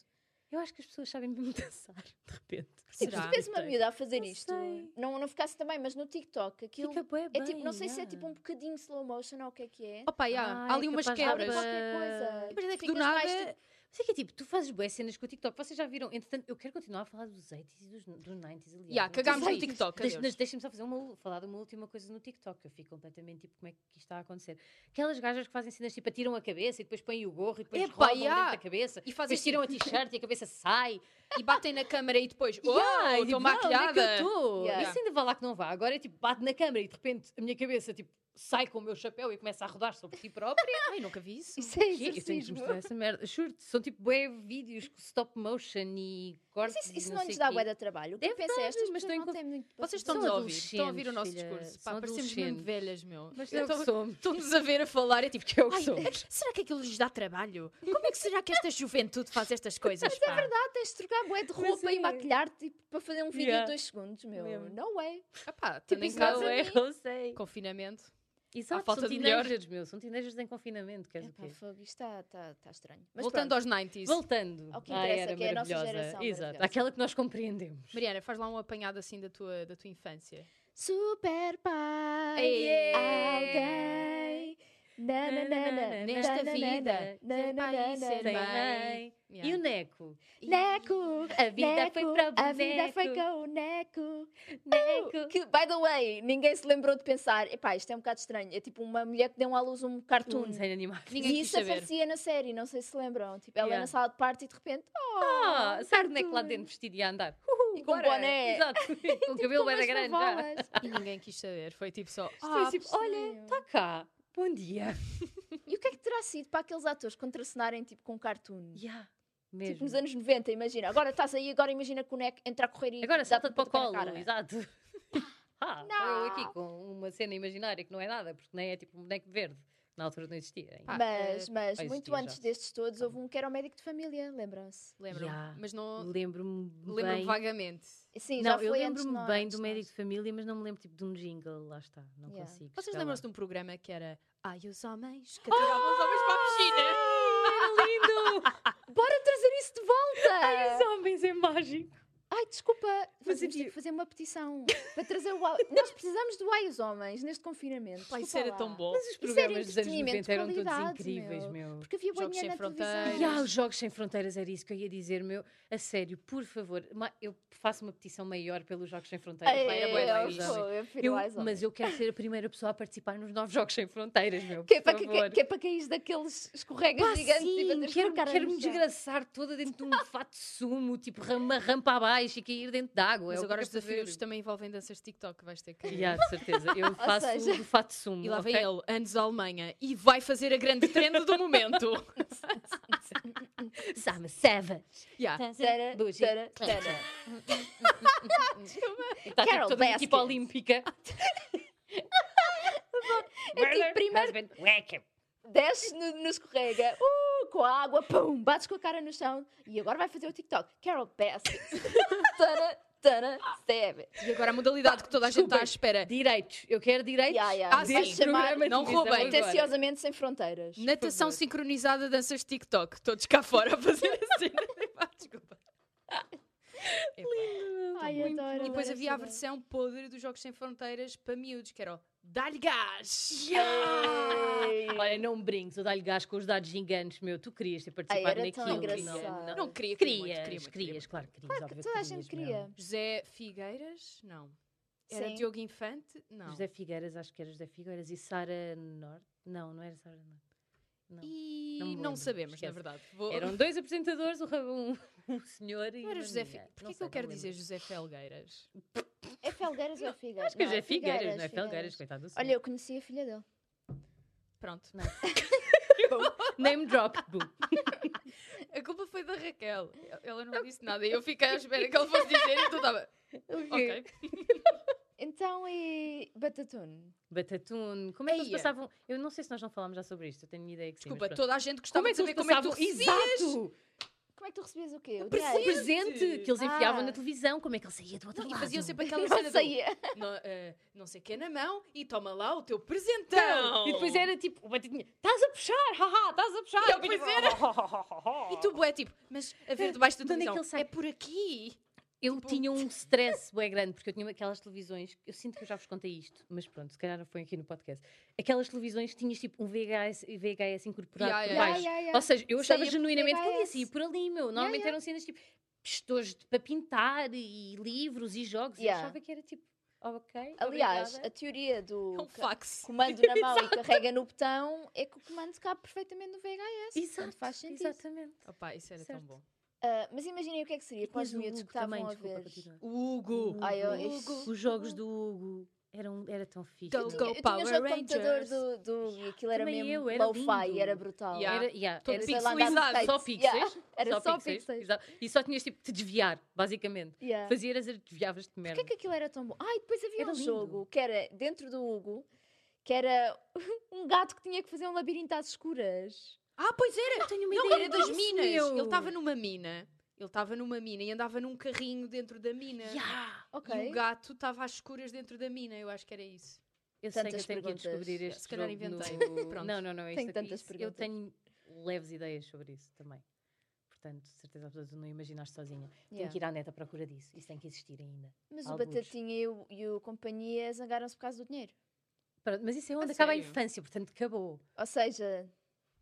Speaker 3: Eu acho que as pessoas sabem mesmo dançar, de repente.
Speaker 1: Será?
Speaker 2: Se tivesse Tipo, uma
Speaker 3: Sei.
Speaker 2: miúda a fazer
Speaker 3: Não
Speaker 2: isto,
Speaker 3: sei.
Speaker 2: não, não ficasse também, mas no TikTok aquilo
Speaker 3: Fica bué
Speaker 2: é
Speaker 3: bem, ah.
Speaker 2: tipo, não sei se é
Speaker 3: já.
Speaker 2: tipo um bocadinho slow motion ou o que é que é.
Speaker 1: Opa, já,
Speaker 3: Ah,
Speaker 1: há ali
Speaker 3: é
Speaker 1: umas
Speaker 3: capaz de
Speaker 2: Abre
Speaker 1: quebras.
Speaker 3: haver
Speaker 2: qualquer coisa.
Speaker 1: Mas é que do
Speaker 2: Ficas mais,
Speaker 1: nada-
Speaker 2: tipo,
Speaker 3: sei que é tipo, tu fazes boas cenas com o TikTok, vocês já viram. Entretanto, eu quero continuar a falar dos 80s e dos, dos 90s. Aliás,
Speaker 1: Yeah,
Speaker 3: Não
Speaker 1: cagámos
Speaker 3: sei.
Speaker 1: no TikTok.
Speaker 3: Deixa-
Speaker 1: adeus.
Speaker 3: mas deixa-me só fazer uma, falar de uma última coisa no TikTok, que eu fico completamente tipo, como é que isto está a acontecer? Aquelas gajas que fazem cenas tipo, atiram a cabeça e depois põem o gorro e depois
Speaker 1: Epá,
Speaker 3: rolam
Speaker 1: yeah.
Speaker 3: dentro da cabeça.
Speaker 1: E
Speaker 3: Depois
Speaker 1: fazem tipo,
Speaker 3: tiram a t-shirt e a cabeça sai.
Speaker 1: e batem na câmara e depois, oh,
Speaker 3: Yeah, e
Speaker 1: estou
Speaker 3: tipo, "Ah, onde
Speaker 1: maquiada.
Speaker 3: É que eu tô?
Speaker 2: Yeah.
Speaker 3: Isso ainda vá lá que não vá. Agora é tipo, bate na câmera e de repente a minha cabeça tipo, sai com o meu chapéu e começa a rodar sobre si própria.
Speaker 1: Ai, nunca vi isso.
Speaker 2: Isso é
Speaker 3: Que- Eu tenho que te
Speaker 2: exercício.
Speaker 3: mostrar essa merda. Juro-te, são tipo bué vídeos com stop motion e cortes.
Speaker 2: Mas isso,
Speaker 3: e
Speaker 2: isso não
Speaker 3: sei
Speaker 2: lhes dá
Speaker 3: quê.
Speaker 2: bué de trabalho. O que eu
Speaker 3: Deve
Speaker 2: penso é estas pessoas
Speaker 3: mas estão em
Speaker 2: não
Speaker 3: conf-
Speaker 2: têm muito para
Speaker 1: Vocês
Speaker 2: fazer.
Speaker 1: estão-nos
Speaker 3: São
Speaker 1: a ouvir, estão a ouvir o nosso
Speaker 3: adolescentes,
Speaker 1: discurso. Pá,
Speaker 3: filha, são
Speaker 1: parecemos mesmo
Speaker 3: adolescentes.
Speaker 1: velhas, meu.
Speaker 3: Mas
Speaker 1: Eu
Speaker 3: é o que
Speaker 1: tô-
Speaker 3: somos.
Speaker 1: Estão-nos a ver a falar, é tipo, que é o que
Speaker 3: Ai,
Speaker 1: somos. Será que aquilo lhes dá trabalho? Como é que será que esta juventude faz estas coisas, pá?
Speaker 2: Tens de trocar bué de
Speaker 3: Mas
Speaker 2: roupa
Speaker 3: é.
Speaker 2: e maquilhar-te tipo, para fazer um vídeo
Speaker 3: Yeah.
Speaker 2: de dois segundos, meu.
Speaker 3: Mesmo.
Speaker 2: Não é.
Speaker 1: Ah pá, tendo
Speaker 3: Tipo,
Speaker 1: em
Speaker 3: isso não
Speaker 1: casa
Speaker 3: é,
Speaker 1: é
Speaker 3: eu sei.
Speaker 1: confinamento.
Speaker 3: Exato,
Speaker 1: falta
Speaker 3: são
Speaker 1: de melhor.
Speaker 3: teenagers, meu. São teenagers em confinamento, queres o
Speaker 2: Epá,
Speaker 3: quê?
Speaker 2: fogo, isto está tá, tá estranho. Mas
Speaker 1: Voltando
Speaker 2: pronto.
Speaker 1: aos 90s.
Speaker 3: Voltando.
Speaker 2: Ao que
Speaker 3: Ai,
Speaker 2: interessa,
Speaker 3: era
Speaker 2: que é a nossa
Speaker 3: maravilhosa.
Speaker 2: geração
Speaker 3: Exato,
Speaker 2: maravilhosa.
Speaker 3: aquela que nós compreendemos.
Speaker 1: Mariana, faz lá um apanhado assim da tua, da tua infância.
Speaker 2: Super pai.
Speaker 1: Ei.
Speaker 2: Alguém. Na, na, na, na,
Speaker 1: Nesta
Speaker 2: na, na,
Speaker 1: vida,
Speaker 2: na,
Speaker 1: ser
Speaker 2: na,
Speaker 1: pai
Speaker 2: na,
Speaker 1: e
Speaker 2: na,
Speaker 1: ser
Speaker 2: na.
Speaker 3: Tem mãe. E o
Speaker 1: Yeah.
Speaker 3: Neco?
Speaker 2: Neco,
Speaker 3: A vida
Speaker 2: neco,
Speaker 3: foi para o
Speaker 2: A vida foi
Speaker 3: boneco.
Speaker 2: com o Neco.
Speaker 3: Neco.
Speaker 2: Que, by the way, ninguém se lembrou de pensar, epá, isto é um bocado estranho. É tipo uma mulher que deu à luz um
Speaker 3: Um
Speaker 2: cartoon.
Speaker 3: desenho animado.
Speaker 1: Ninguém
Speaker 2: e
Speaker 1: quis
Speaker 2: isso
Speaker 1: saber.
Speaker 2: aparecia na série, não sei se lembram. Tipo, ela
Speaker 3: Yeah.
Speaker 2: na sala de parte e de repente,
Speaker 3: Ah,
Speaker 2: oh,
Speaker 3: sai o Neco lá
Speaker 2: cartoon.
Speaker 3: dentro vestido e a andar.
Speaker 2: E com um
Speaker 3: Bora.
Speaker 2: boné. Então,
Speaker 3: Exato. Com o cabelo
Speaker 2: Com
Speaker 3: era
Speaker 2: umas
Speaker 3: grande já.
Speaker 2: bolas.
Speaker 1: E ninguém quis saber. Foi tipo só.
Speaker 3: Foi
Speaker 1: Ah,
Speaker 3: tipo,
Speaker 2: pois
Speaker 3: olha,
Speaker 2: não.
Speaker 3: está cá. Bom dia.
Speaker 2: tá-" E o que é que terá sido para aqueles atores contracenarem tipo com cartoon?
Speaker 3: Yeah,
Speaker 2: Tipo
Speaker 3: mesmo.
Speaker 2: nos anos 90, imagina. Agora estás aí, agora imagina que o Neco entra a correr e
Speaker 3: Agora
Speaker 2: dá-te
Speaker 3: salta-te
Speaker 2: um
Speaker 3: para o
Speaker 2: pontapé na cara.
Speaker 3: colo, exato. Ah, estou eu
Speaker 2: Não.
Speaker 3: aqui com uma cena imaginária que não é nada, porque nem é tipo um boneco verde. Na altura não existia. ainda.
Speaker 1: Pá,
Speaker 2: Ah, Mas,
Speaker 1: eh,
Speaker 2: mas
Speaker 3: vai
Speaker 2: muito
Speaker 3: existir já.
Speaker 2: antes destes todos, houve um que era o médico de família, lembram-se?
Speaker 1: lembro
Speaker 3: Yeah.
Speaker 1: Mas não.
Speaker 3: Lembro-me
Speaker 1: Lembro
Speaker 3: bem.
Speaker 1: vagamente.
Speaker 2: Sim, já
Speaker 3: Não,
Speaker 2: foi
Speaker 3: eu
Speaker 2: antes de
Speaker 3: lembro-me
Speaker 2: nós- é?
Speaker 3: bem
Speaker 2: antes de
Speaker 3: do médico
Speaker 2: nós.
Speaker 3: de família, mas não me lembro tipo de um jingle, lá está, não
Speaker 2: Yeah.
Speaker 3: consigo.
Speaker 1: Vocês
Speaker 3: chegar
Speaker 1: lembram-se
Speaker 3: lá.
Speaker 1: de um programa que era Ai, os homens que atiravam os homens para a piscina?
Speaker 3: Era lindo!
Speaker 2: Bora trazer isso de volta!
Speaker 3: Ai, os homens é mágico!
Speaker 2: Ai, desculpa, vamos
Speaker 3: Mas
Speaker 2: ter
Speaker 3: havia-
Speaker 2: que fazer uma petição para trazer o. Ai- Nós precisamos do Ai os Homens neste confinamento.
Speaker 1: Pá, isso
Speaker 2: desculpa
Speaker 1: era
Speaker 2: lá.
Speaker 1: tão bom.
Speaker 3: Mas os
Speaker 2: era
Speaker 3: programas dos anos
Speaker 2: entretenimento de
Speaker 3: 90 eram todos
Speaker 2: qualidade,
Speaker 3: incríveis,
Speaker 2: meu.
Speaker 3: meu.
Speaker 2: Porque havia
Speaker 1: Jogos
Speaker 2: boinha
Speaker 1: Sem
Speaker 2: na
Speaker 1: Fronteiras.
Speaker 2: televisão.
Speaker 3: E há os Jogos Sem Fronteiras, era isso que eu ia dizer, meu. A sério, por favor, ma- eu faço uma petição maior pelos Jogos Sem Fronteiras. é?
Speaker 2: Ai,
Speaker 3: vai,
Speaker 1: era
Speaker 2: eu-
Speaker 1: bué
Speaker 3: vai, vai,
Speaker 2: É, eu-
Speaker 1: fixe.
Speaker 3: vai.
Speaker 2: eu- eu prefiro
Speaker 3: Eu-
Speaker 2: o Ai, os Homens.
Speaker 3: mas eu quero ser a primeira pessoa a participar nos novos Jogos Sem Fronteiras, meu.
Speaker 2: Que é
Speaker 3: por
Speaker 2: para, que,
Speaker 3: favor.
Speaker 2: que é tipo, para cair daqueles escorregas
Speaker 3: Pá,
Speaker 2: gigantes
Speaker 3: sim,
Speaker 2: e bateres
Speaker 3: quero,
Speaker 2: com a cara
Speaker 3: quero
Speaker 2: no
Speaker 3: me
Speaker 2: chão.
Speaker 3: desgraçar toda dentro de um fato sumo, tipo rama, rampa abaixo e cair dentro d'água.
Speaker 1: Mas
Speaker 3: é o que
Speaker 1: agora
Speaker 3: eu
Speaker 1: os
Speaker 3: quero fazer.
Speaker 1: desafios também envolvem danças de TikTok, vais ter que.
Speaker 3: Ya, de certeza. Eu faço
Speaker 2: seja-
Speaker 3: o do fato sumo.
Speaker 1: E lá vem
Speaker 3: ok?
Speaker 1: ele, anos à Alemanha, e vai fazer a grande trend do momento.
Speaker 3: Sama Savage.
Speaker 1: Yeah.
Speaker 2: Ah. Tara,
Speaker 3: Tá. Bougie.
Speaker 2: tara, tara.
Speaker 3: Está tipo
Speaker 2: Carol
Speaker 3: toda uma equipa
Speaker 2: Baskins.
Speaker 3: olímpica.
Speaker 2: É tipo,
Speaker 3: Murder,
Speaker 2: primeiro-
Speaker 3: husband, whack him.
Speaker 2: Desces no, no escorrega, uh, com a água, pum, bates com a cara no chão e agora vai fazer o TikTok. Carol Baskins. tana, tana, sebe.
Speaker 1: E agora a modalidade que toda a gente está à espera:
Speaker 3: Direitos. Eu quero direitos.
Speaker 2: Ya, ya.
Speaker 1: Ah,
Speaker 2: Vai
Speaker 1: sim.
Speaker 2: chamar
Speaker 3: Programa de
Speaker 1: Não
Speaker 3: televisão
Speaker 1: roubem.
Speaker 3: agora.
Speaker 2: atenciosamente sem fronteiras.
Speaker 1: natação
Speaker 3: favor.
Speaker 1: sincronizada, danças de TikTok. Todos cá fora a fazer assim. Epá, Desculpa. Epá.
Speaker 2: Ai,
Speaker 1: Muito
Speaker 2: adoro.
Speaker 1: E depois havia a
Speaker 2: adoro essa ideia.
Speaker 1: versão podre dos Jogos Sem Fronteiras para miúdos, que era o Dá-lhe gás!
Speaker 2: Ei.
Speaker 3: Olha, não me brinques, eu dá-lhe gás com os dados gigantes, meu. Tu querias ter participado
Speaker 2: era tão
Speaker 3: naquilo.
Speaker 2: engraçado.
Speaker 3: Não, não.
Speaker 1: Não queria, queria, muito,
Speaker 3: Querias,
Speaker 1: queria,
Speaker 3: querias,
Speaker 1: muito, queria. muito.
Speaker 3: claro que querias. óbvio que
Speaker 2: Toda a gente
Speaker 3: querias,
Speaker 2: queria.
Speaker 3: meu.
Speaker 1: José Figueiras? Não. Era
Speaker 2: Sim.
Speaker 1: Diogo Infante? Não.
Speaker 3: José Figueiras, acho que era José Figueiras e Sara Norte. Não, não era Sara Norte. Não.
Speaker 1: E
Speaker 3: não me
Speaker 1: não,
Speaker 3: lembro,
Speaker 1: sabemos,
Speaker 3: esquece.
Speaker 1: na verdade. Vou-
Speaker 3: Eram dois apresentadores, um, ra- um, um senhor e.
Speaker 1: Não era
Speaker 3: uma
Speaker 1: José
Speaker 3: mulher.
Speaker 1: Figueiras.
Speaker 3: Não
Speaker 1: Porquê que
Speaker 3: sei,
Speaker 1: eu
Speaker 3: não
Speaker 1: quero
Speaker 3: lembro.
Speaker 1: dizer José Felgueiras?
Speaker 2: É Felgueiras ou é Figueiras?
Speaker 3: Acho que é
Speaker 2: Não,
Speaker 3: José Figueiras, não é Felgueiras, coitado do senhor.
Speaker 2: Olha, eu conheci a filha dele.
Speaker 1: Pronto.
Speaker 3: Name drop. Boom.
Speaker 1: A culpa foi da Raquel. Ela não disse nada. E eu fiquei à espera que ela fosse dizer e tu estava. Ok.
Speaker 2: Então, e Batatune?
Speaker 3: Batatune. Como é que eles
Speaker 1: Eia.
Speaker 3: passavam? Eu não sei se nós não falámos já sobre isto, eu tenho ideia que sim.
Speaker 1: Desculpa,
Speaker 3: mas pronto.
Speaker 1: toda a gente gostava
Speaker 3: Como é
Speaker 1: de saber
Speaker 3: que eles
Speaker 1: como é que tu
Speaker 3: passavam?
Speaker 1: recebias.
Speaker 3: Exato!
Speaker 2: Como é que tu recebias o quê? O
Speaker 3: O
Speaker 2: diário?
Speaker 3: presente que eles enfiavam
Speaker 2: Ah.
Speaker 3: na televisão, como é que ele saía do outro
Speaker 1: Não, E
Speaker 3: lado.
Speaker 1: faziam sempre aquela cena
Speaker 2: Não
Speaker 1: do
Speaker 2: saía.
Speaker 1: não, eh, não sei o que na mão e toma lá o teu presentão.
Speaker 3: Não! E depois era tipo, o batatinha, estás a puxar, haha, estás a puxar.
Speaker 1: assim. E ele, pois
Speaker 3: era.
Speaker 1: E tu, é tipo, mas a ver debaixo da
Speaker 3: De onde é que
Speaker 1: televisão.
Speaker 3: ele sai?
Speaker 1: É por aqui.
Speaker 3: Eu
Speaker 1: Tipo-
Speaker 3: tinha um stress bem grande, porque eu tinha aquelas televisões, eu sinto que eu já vos contei isto, mas pronto, se calhar não foi aqui no podcast. Aquelas televisões que tinhas tipo um VHS, VHS incorporado
Speaker 1: Ya,
Speaker 3: por
Speaker 1: ya, ya.
Speaker 3: baixo.
Speaker 2: Ya, ya, ya.
Speaker 3: Ou seja, eu achava
Speaker 2: Saía por
Speaker 3: genuinamente que ele ia
Speaker 2: VHS.
Speaker 3: sair por ali, meu. Normalmente
Speaker 2: ya.
Speaker 3: eram cenas tipo pistores de- para pintar e livros e jogos. e Eu
Speaker 2: Ya.
Speaker 3: achava que era tipo, ok.
Speaker 2: Aliás,
Speaker 3: obrigada.
Speaker 2: a teoria do
Speaker 1: É um
Speaker 2: ca-
Speaker 1: fax.
Speaker 2: comando na mão e carrega no botão é que o comando cabe perfeitamente no VHS.
Speaker 3: Exato,
Speaker 2: portanto, faz sentido.
Speaker 3: exatamente.
Speaker 1: Opá, isso era
Speaker 3: Certo.
Speaker 1: tão bom.
Speaker 2: Ah, mas imaginem o que é que seria para os
Speaker 3: Tinhas o
Speaker 2: miúdos que
Speaker 3: Hugo também,
Speaker 2: estavam a
Speaker 3: desculpa,
Speaker 2: ver.
Speaker 3: continua.
Speaker 1: O Hugo.
Speaker 2: Ai, eu-
Speaker 3: Os jogos do Hugo eram, era tão fixe.
Speaker 1: Go,
Speaker 2: Eu
Speaker 1: go.
Speaker 2: tinha, eu tinha o jogo de
Speaker 1: Power
Speaker 2: computador
Speaker 1: Rangers.
Speaker 2: do, do Hugo e aquilo era
Speaker 3: Também
Speaker 2: mesmo
Speaker 3: eu, era
Speaker 2: low-fi
Speaker 3: lindo.
Speaker 2: e era brutal.
Speaker 1: Yeah.
Speaker 3: Era, yeah,
Speaker 1: Todo
Speaker 3: era
Speaker 2: Sei lá, andava de
Speaker 1: pixelizado,
Speaker 2: skate.
Speaker 3: só pixels.
Speaker 2: Yeah, Era só pixels.
Speaker 3: exato. E só tinhas tipo de te desviar, basicamente.
Speaker 2: Yeah.
Speaker 3: Fazias as desviavas-te de merda.
Speaker 2: Porquê que aquilo era tão bom? Ai, depois havia
Speaker 3: Era
Speaker 2: um
Speaker 3: lindo.
Speaker 2: jogo que era dentro do Hugo, que era um gato que tinha que fazer um labirinto às escuras.
Speaker 1: Ah, pois era.
Speaker 3: Eu tenho uma
Speaker 1: Não,
Speaker 3: ideia
Speaker 1: era das
Speaker 3: disso,
Speaker 1: minas.
Speaker 3: meu.
Speaker 1: Ele estava numa mina. Ele estava numa mina e andava num carrinho dentro da mina.
Speaker 3: Yeah.
Speaker 2: Ok.
Speaker 1: E o gato estava às escuras dentro da mina. Eu acho que era isso.
Speaker 3: Eu sei que
Speaker 2: Tantas
Speaker 3: eu tenho que ir
Speaker 2: perguntas.
Speaker 3: descobrir este
Speaker 1: Se calhar
Speaker 3: jogo
Speaker 1: inventei.
Speaker 3: no-
Speaker 1: Pronto.
Speaker 3: Não, não, não. é
Speaker 2: Tenho
Speaker 3: isto-
Speaker 2: tantas
Speaker 3: isso- Eu
Speaker 2: perguntas.
Speaker 3: tenho leves ideias sobre isso também. Portanto, de certeza absoluta que não imaginaste sozinha. Tenho
Speaker 2: Yeah.
Speaker 3: que ir à neta à procura disso. Isso tem que existir ainda.
Speaker 2: Mas
Speaker 3: Alguns.
Speaker 2: o Batatinha e o, e o Companhia zangaram-se por causa do dinheiro.
Speaker 3: Pronto, mas isso é onde
Speaker 1: A
Speaker 3: acaba a
Speaker 1: sério?
Speaker 3: infância, portanto, acabou.
Speaker 2: Ou seja,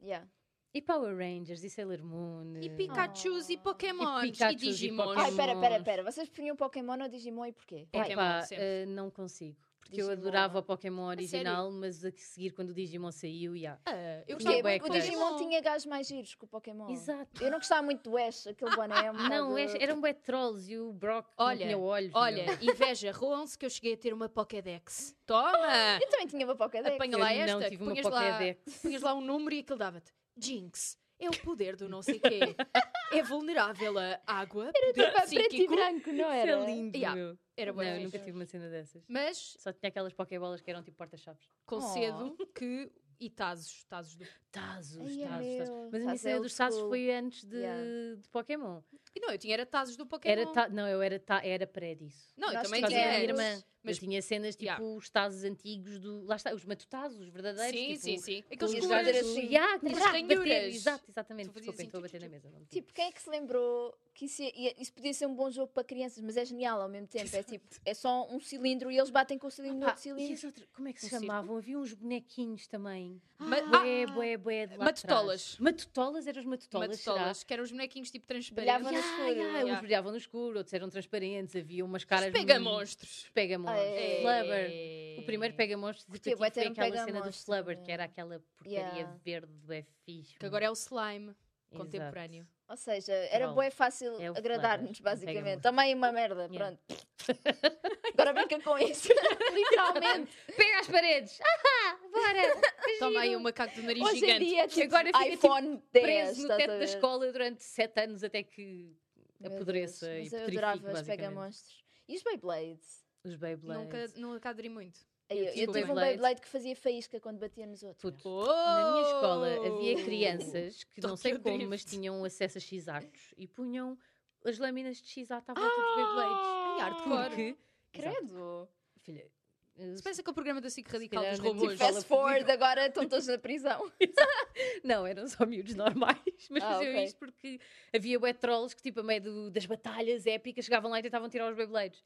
Speaker 2: yeah.
Speaker 3: E Power Rangers, e Sailor Moon.
Speaker 1: E Pikachus e
Speaker 2: Oh.
Speaker 1: Pokémons
Speaker 3: Eh. E
Speaker 1: e,
Speaker 3: Pikachus e
Speaker 1: Digimons.
Speaker 3: Pokémon.
Speaker 2: Ai,
Speaker 3: Pokémons.
Speaker 2: pera, pera, pera. Vocês preferiam Pokémon ou Digimon e porquê?
Speaker 1: É
Speaker 2: Vai.
Speaker 1: que-
Speaker 3: Epá,
Speaker 1: sempre.
Speaker 3: eh, não consigo. Porque eu
Speaker 2: Digimon.
Speaker 3: adorava o Pokémon original,
Speaker 1: sério?
Speaker 3: mas a seguir, quando o Digimon saiu, já.
Speaker 1: Ah, eu
Speaker 2: Porquê?
Speaker 1: gostava
Speaker 3: Não, é
Speaker 2: Porque
Speaker 1: bué
Speaker 2: o
Speaker 1: de
Speaker 3: que-
Speaker 2: Digimon tinha gajos mais giros que o Pokémon.
Speaker 3: Exato.
Speaker 2: Eu não gostava muito do Ash, aquele boné. é um
Speaker 3: Não,
Speaker 2: bocado-
Speaker 3: é- eram bué trolls e o Brock
Speaker 1: Olha,
Speaker 3: não tinha olhos.
Speaker 1: Olha,
Speaker 3: meu.
Speaker 1: inveja, roam-se que eu cheguei a ter uma Pokédex. Toma!
Speaker 2: Eu também tinha uma Pokédex.
Speaker 1: Apanha
Speaker 3: Eu
Speaker 1: lá
Speaker 3: não
Speaker 1: esta, que
Speaker 3: tive uma
Speaker 1: punhas lá,
Speaker 3: Pokédex.
Speaker 1: punhas lá um número e aquilo dava-te Jinx, é o poder do não sei quê. É vulnerável a água, poder
Speaker 2: Tipo, preto e
Speaker 1: psíquico.
Speaker 2: branco, não
Speaker 3: Isso
Speaker 2: era?
Speaker 3: é lindo,
Speaker 1: Yeah.
Speaker 3: meu.
Speaker 1: Era
Speaker 3: Não,
Speaker 1: bué
Speaker 3: eu
Speaker 1: fixe.
Speaker 3: nunca tive uma cena dessas.
Speaker 1: Mas
Speaker 3: Só tinha aquelas Pokébolas que eram tipo porta-chaves.
Speaker 1: Oh. concedo que... E Tazos, Tazos do...
Speaker 3: Tazos,
Speaker 2: Ai, é
Speaker 3: Tazos, Tazos.
Speaker 2: meu.
Speaker 3: Mas a minha
Speaker 2: Tazos é
Speaker 3: cena
Speaker 2: old
Speaker 3: dos Tazos
Speaker 2: school.
Speaker 3: foi antes de,
Speaker 2: Yeah.
Speaker 3: de Pokémon.
Speaker 1: E não, eu tinha era Tazos do Pokémon.
Speaker 3: Era ta... Não, eu era, ta... era pré disso.
Speaker 1: Não, eu
Speaker 2: Nós
Speaker 1: também
Speaker 3: Por causa da
Speaker 1: tinha.
Speaker 3: minha
Speaker 2: tínhamos.
Speaker 1: antes.
Speaker 3: irmã.
Speaker 1: Mas-
Speaker 3: eu tinha cenas tipo
Speaker 1: Yeah.
Speaker 3: os tazos antigos do. Lá está, os matutazos, os verdadeiros.
Speaker 1: Sim,
Speaker 3: tipo,
Speaker 1: sim, sim.
Speaker 3: com
Speaker 1: Aqueles tipo
Speaker 3: os
Speaker 2: cores
Speaker 3: gajos
Speaker 2: azul.
Speaker 3: assim, ah, que
Speaker 1: As
Speaker 3: tinhas que bater.
Speaker 1: ranhuras.
Speaker 3: Exato, exatamente.
Speaker 1: Tu fazias
Speaker 3: Desculpem,
Speaker 1: assim,
Speaker 3: estou a
Speaker 1: tchuc,
Speaker 3: bater na
Speaker 1: tchuc,
Speaker 3: mesa. não tive.
Speaker 2: Tipo, quem é que se lembrou que isso, ia- ia- isso podia ser um bom jogo para crianças, mas é genial ao mesmo tempo. É tipo, é só um cilindro e eles batem com o cilindro no
Speaker 3: Pá,
Speaker 2: outro
Speaker 3: Ah, e
Speaker 2: cilindro.
Speaker 3: as outras, como é que se
Speaker 1: Um círculo?
Speaker 3: chamavam? Havia uns bonequinhos também.
Speaker 1: Ma- ah,
Speaker 3: Bué, bué, bué. de lá de trás.
Speaker 1: Matutolas.
Speaker 3: Matutolas eram os matutolas, será?
Speaker 1: Matolas, que eram os bonequinhos tipo transparentes.
Speaker 2: Brilhavam no
Speaker 3: Ya,
Speaker 2: escuro.
Speaker 3: ya, Uns
Speaker 1: Ya.
Speaker 3: brilhavam no escuro, outros eram transparentes, havia umas caras.
Speaker 1: Pega monstros.
Speaker 3: Pega monstros.
Speaker 2: É.
Speaker 3: Flubber. O primeiro pega monstros
Speaker 2: Curtia bué
Speaker 3: foi
Speaker 2: ter um
Speaker 3: aquela
Speaker 2: pega
Speaker 3: cena do
Speaker 2: monstro,
Speaker 3: Flubber,
Speaker 2: meu.
Speaker 3: que era aquela porcaria
Speaker 2: Ya.
Speaker 3: verde do é fixe.
Speaker 1: Que agora é o slime contemporâneo.
Speaker 2: Ou seja, era
Speaker 3: Troll.
Speaker 2: bué fácil
Speaker 3: É o
Speaker 2: agradar-nos,
Speaker 3: Flubber, não pega
Speaker 2: basicamente.
Speaker 3: muito.
Speaker 2: Também uma merda,
Speaker 3: Yeah.
Speaker 2: pronto. Agora brinca com isso. Literalmente.
Speaker 3: Pega as paredes! Ah, bora!
Speaker 1: Toma aí o macaco do nariz
Speaker 2: Hoje em
Speaker 1: gigante.
Speaker 2: dia, tipo,
Speaker 3: Agora fica, tipo,
Speaker 2: iPhone 10.
Speaker 3: Preso no
Speaker 2: estás a
Speaker 3: teto da
Speaker 2: ver?
Speaker 3: escola durante sete anos até que
Speaker 2: Meu Deus,
Speaker 3: apodreça e
Speaker 2: Mas eu
Speaker 3: petrifique,
Speaker 2: adorava os
Speaker 3: basicamente.
Speaker 2: pegamonstros. E os Beyblades?
Speaker 3: Os Beyblades.
Speaker 1: Nunca, nunca aderi muito.
Speaker 2: Eu, eu
Speaker 3: tive
Speaker 2: tive um
Speaker 3: Beyblade.
Speaker 2: Beyblade que fazia faísca quando batia nos outros.
Speaker 3: Puto,
Speaker 1: Oh!
Speaker 3: Na minha escola havia crianças que não sei
Speaker 1: Tokyo
Speaker 3: como,
Speaker 1: Drift.
Speaker 3: mas tinham acesso a x-actos e punham as lâminas de x-acto à volta dos Beyblades.
Speaker 1: Ah! Ai, hardcore.
Speaker 3: Porque... Exato.
Speaker 2: Credo!
Speaker 3: Filha, eh,
Speaker 1: Se pensa que o programa da SIC Radical
Speaker 3: calhar
Speaker 1: dos
Speaker 3: nem
Speaker 1: robôs.
Speaker 3: tive
Speaker 2: Tipo,
Speaker 3: essa-
Speaker 2: Fast forward, agora estão todos na prisão.
Speaker 3: Não, eram só miúdos normais, mas
Speaker 2: Ah,
Speaker 3: faziam
Speaker 2: ok.
Speaker 3: isto porque havia bué trolls que, tipo, a meio do- das batalhas épicas, chegavam lá e tentavam tirar os Beyblades. E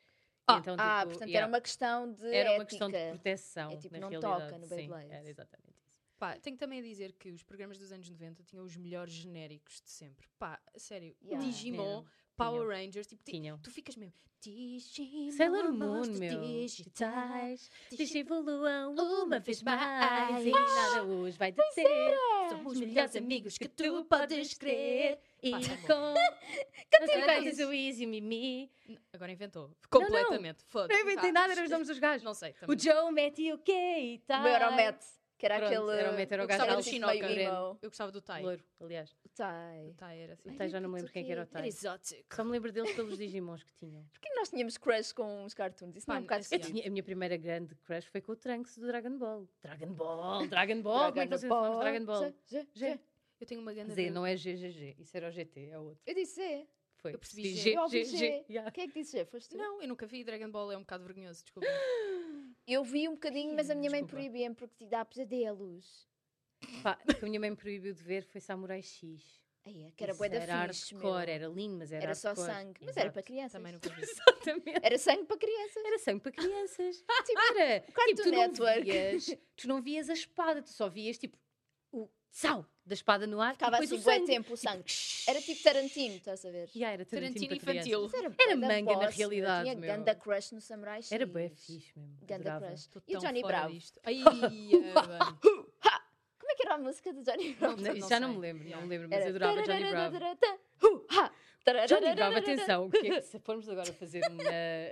Speaker 1: Ah,
Speaker 3: então,
Speaker 2: ah,
Speaker 3: tipo,
Speaker 2: portanto,
Speaker 3: yeah,
Speaker 2: era uma questão de
Speaker 3: era
Speaker 2: ética.
Speaker 3: uma questão de proteção,
Speaker 2: É tipo,
Speaker 3: na
Speaker 2: não
Speaker 3: realidade.
Speaker 2: toca no
Speaker 3: sim,
Speaker 2: Beyblade.
Speaker 3: era exatamente isso.
Speaker 1: Pá, tenho também a dizer que os programas dos anos 90 tinham os melhores genéricos de sempre. Pá, sério.
Speaker 2: Yeah.
Speaker 1: Digimon,
Speaker 3: Eram.
Speaker 1: Power Rangers, tipo, ti-
Speaker 3: Tinham.
Speaker 1: tu ficas mesmo. Digimon,
Speaker 3: Sailor Moon,
Speaker 1: monstros
Speaker 3: meu.
Speaker 1: digitais,
Speaker 3: Digitais, desevoluam uma vez
Speaker 1: mais.
Speaker 3: mais e nada os vai deter. Somos melhores amigos que tu podes crer. E
Speaker 1: Pá, tá
Speaker 3: com... Não sei quantas o Easy Mimi.
Speaker 1: Agora inventou.
Speaker 3: não.
Speaker 1: Completamente. Foda-se.
Speaker 3: Não inventei
Speaker 1: Ah,
Speaker 3: nada, eram os nomes dos gajos.
Speaker 1: Não sei. Também.
Speaker 3: O Joe Matt e o Kay e
Speaker 2: O
Speaker 3: tal.
Speaker 2: meu era o Matt, que era
Speaker 3: Pronto,
Speaker 2: aquele.
Speaker 3: era o Matt, era um o
Speaker 2: eu
Speaker 3: gajo
Speaker 2: gostava
Speaker 1: alto
Speaker 2: desse
Speaker 1: chinoca,
Speaker 2: meio
Speaker 3: grande.
Speaker 2: emo.
Speaker 1: Eu gostava do Tai.
Speaker 3: Loiro, aliás.
Speaker 2: O Tai.
Speaker 1: O Tai era assim.
Speaker 3: O
Speaker 2: Ai,
Speaker 3: Tai já não
Speaker 2: meu
Speaker 3: me lembro
Speaker 2: puto,
Speaker 3: quem é que era o
Speaker 2: que
Speaker 1: Era
Speaker 3: Tai.
Speaker 1: exótico.
Speaker 3: Só me lembro deles pelos Digimons que tinham.
Speaker 2: Porquê que nós tínhamos crush com os cartoons? Isso não é um
Speaker 1: Pá,
Speaker 2: bocado
Speaker 1: assim,
Speaker 3: Eu
Speaker 1: Sim.
Speaker 2: esquisito.
Speaker 3: tinha, a minha primeira grande crush foi com o Trunks do Dragon Ball. Dragon Ball, Dragon Ball, como é que vocês falam de Dragon Ball?
Speaker 2: G,
Speaker 3: G.
Speaker 2: G.
Speaker 1: Eu tenho uma grande.
Speaker 3: Z, não é GGG, isso era o GT, é o outro.
Speaker 2: Eu disse G.
Speaker 3: Foi.
Speaker 1: Eu percebi G.
Speaker 3: G,
Speaker 2: Eu ouvi
Speaker 3: G,
Speaker 2: G.
Speaker 3: G. yeah.
Speaker 2: Quem é que disse G? Foste tu?
Speaker 1: Não, eu nunca vi Dragon Ball, é um bocado vergonhoso, desculpa.
Speaker 2: Eu vi um bocadinho, mas a minha mãe
Speaker 3: Desculpa.
Speaker 2: proibia-me porque te dá pesadelos.
Speaker 3: Pá, o que a minha mãe me proibiu de ver foi Samurai X.
Speaker 2: Aí, é, que era bué da
Speaker 3: Isso era
Speaker 2: fixe, meu.
Speaker 3: hardcore, era lindo, mas era
Speaker 2: Era só
Speaker 3: hardcore.
Speaker 2: sangue. Mas era
Speaker 3: Exato.
Speaker 2: para crianças.
Speaker 1: Também nunca vi.
Speaker 3: Exatamente.
Speaker 2: Era sangue para crianças.
Speaker 3: Era sangue para crianças.
Speaker 2: Tipo,
Speaker 3: Era.
Speaker 2: Cartoon
Speaker 3: Tipo, tu não
Speaker 2: Network.
Speaker 3: vias, tu não vias a espada, tu só vias tipo o sal da espada no ar
Speaker 2: Ficava
Speaker 3: e depois
Speaker 2: assim
Speaker 3: o
Speaker 2: bué
Speaker 3: sangue.
Speaker 2: tempo o sangue. Era tipo Tarantino, estás a ver?
Speaker 3: Ya, era Tarantino,
Speaker 1: Tarantino
Speaker 3: para
Speaker 1: infantil.
Speaker 3: crianças.
Speaker 2: Mas era
Speaker 3: Era
Speaker 2: bué da
Speaker 3: manga na
Speaker 2: boss, meu.
Speaker 3: realidade,
Speaker 2: Tinha
Speaker 3: meu.
Speaker 2: ganda crush no Samurai X.
Speaker 3: Era bem fixe mesmo.
Speaker 2: Ganda
Speaker 3: adorava.
Speaker 2: crush.
Speaker 1: Estou
Speaker 2: E o
Speaker 1: tão
Speaker 2: Johnny
Speaker 1: fora
Speaker 2: Bravo?
Speaker 1: disto. Ai, ah, bem.
Speaker 2: Como é que era a música do Johnny Bravo?
Speaker 3: Não,
Speaker 1: Não
Speaker 3: isso já não
Speaker 1: sei.
Speaker 3: me lembro,
Speaker 1: Yeah.
Speaker 3: não me lembro, mas
Speaker 2: Era
Speaker 3: adorava Johnny Bravo.
Speaker 2: tarararararará, hu-ha,
Speaker 3: Johnny Bravo,
Speaker 2: tarararararará.
Speaker 3: atenção, que é que se formos agora fazer uma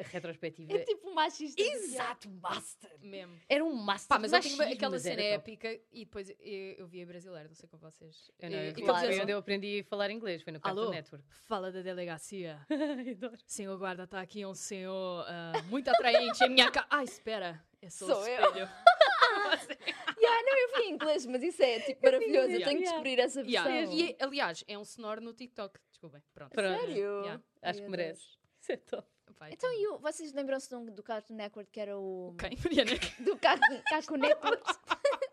Speaker 3: retrospectiva.
Speaker 2: É tipo um machista.
Speaker 3: Exato, master!
Speaker 1: Mesmo.
Speaker 3: Era um master.
Speaker 1: Pá, mas eu tenho
Speaker 3: machismo,
Speaker 1: uma- aquela
Speaker 3: mas era
Speaker 1: cena
Speaker 3: top.
Speaker 1: épica e depois eu, eu via brasileiro, não sei como vocês.
Speaker 3: Eu não,
Speaker 1: Eh,
Speaker 3: eu
Speaker 1: e
Speaker 3: fui-
Speaker 2: claro.
Speaker 1: eles
Speaker 3: Foi
Speaker 1: dizem,
Speaker 3: onde eu aprendi a falar inglês, foi no Cartoon
Speaker 1: Alô?
Speaker 3: Network.
Speaker 1: Fala da delegacia.
Speaker 3: Ai, adoro.
Speaker 1: Senhor guarda, está aqui um senhor ah, muito atraente em minha casa. Ai, espera. É só o
Speaker 2: Sou eu.
Speaker 1: espelho.
Speaker 2: Yeah, não, eu vi em inglês, mas isso é tipo maravilhoso. Eu
Speaker 1: Yeah.
Speaker 2: tenho que descobrir essa versão.
Speaker 1: Yeah. E, aliás, é um sonoro no TikTok. Desculpem, pronto.
Speaker 3: Pronto.
Speaker 2: Sério?
Speaker 1: Yeah.
Speaker 3: é- Acho
Speaker 2: Meu
Speaker 3: que mereces. Isso é top.
Speaker 1: Pronto. Vai,
Speaker 2: Então, e o- vocês lembram-se de um- do Cartoon Network que era o.
Speaker 1: Quem? Mariana?
Speaker 2: Do Caco Caco Network?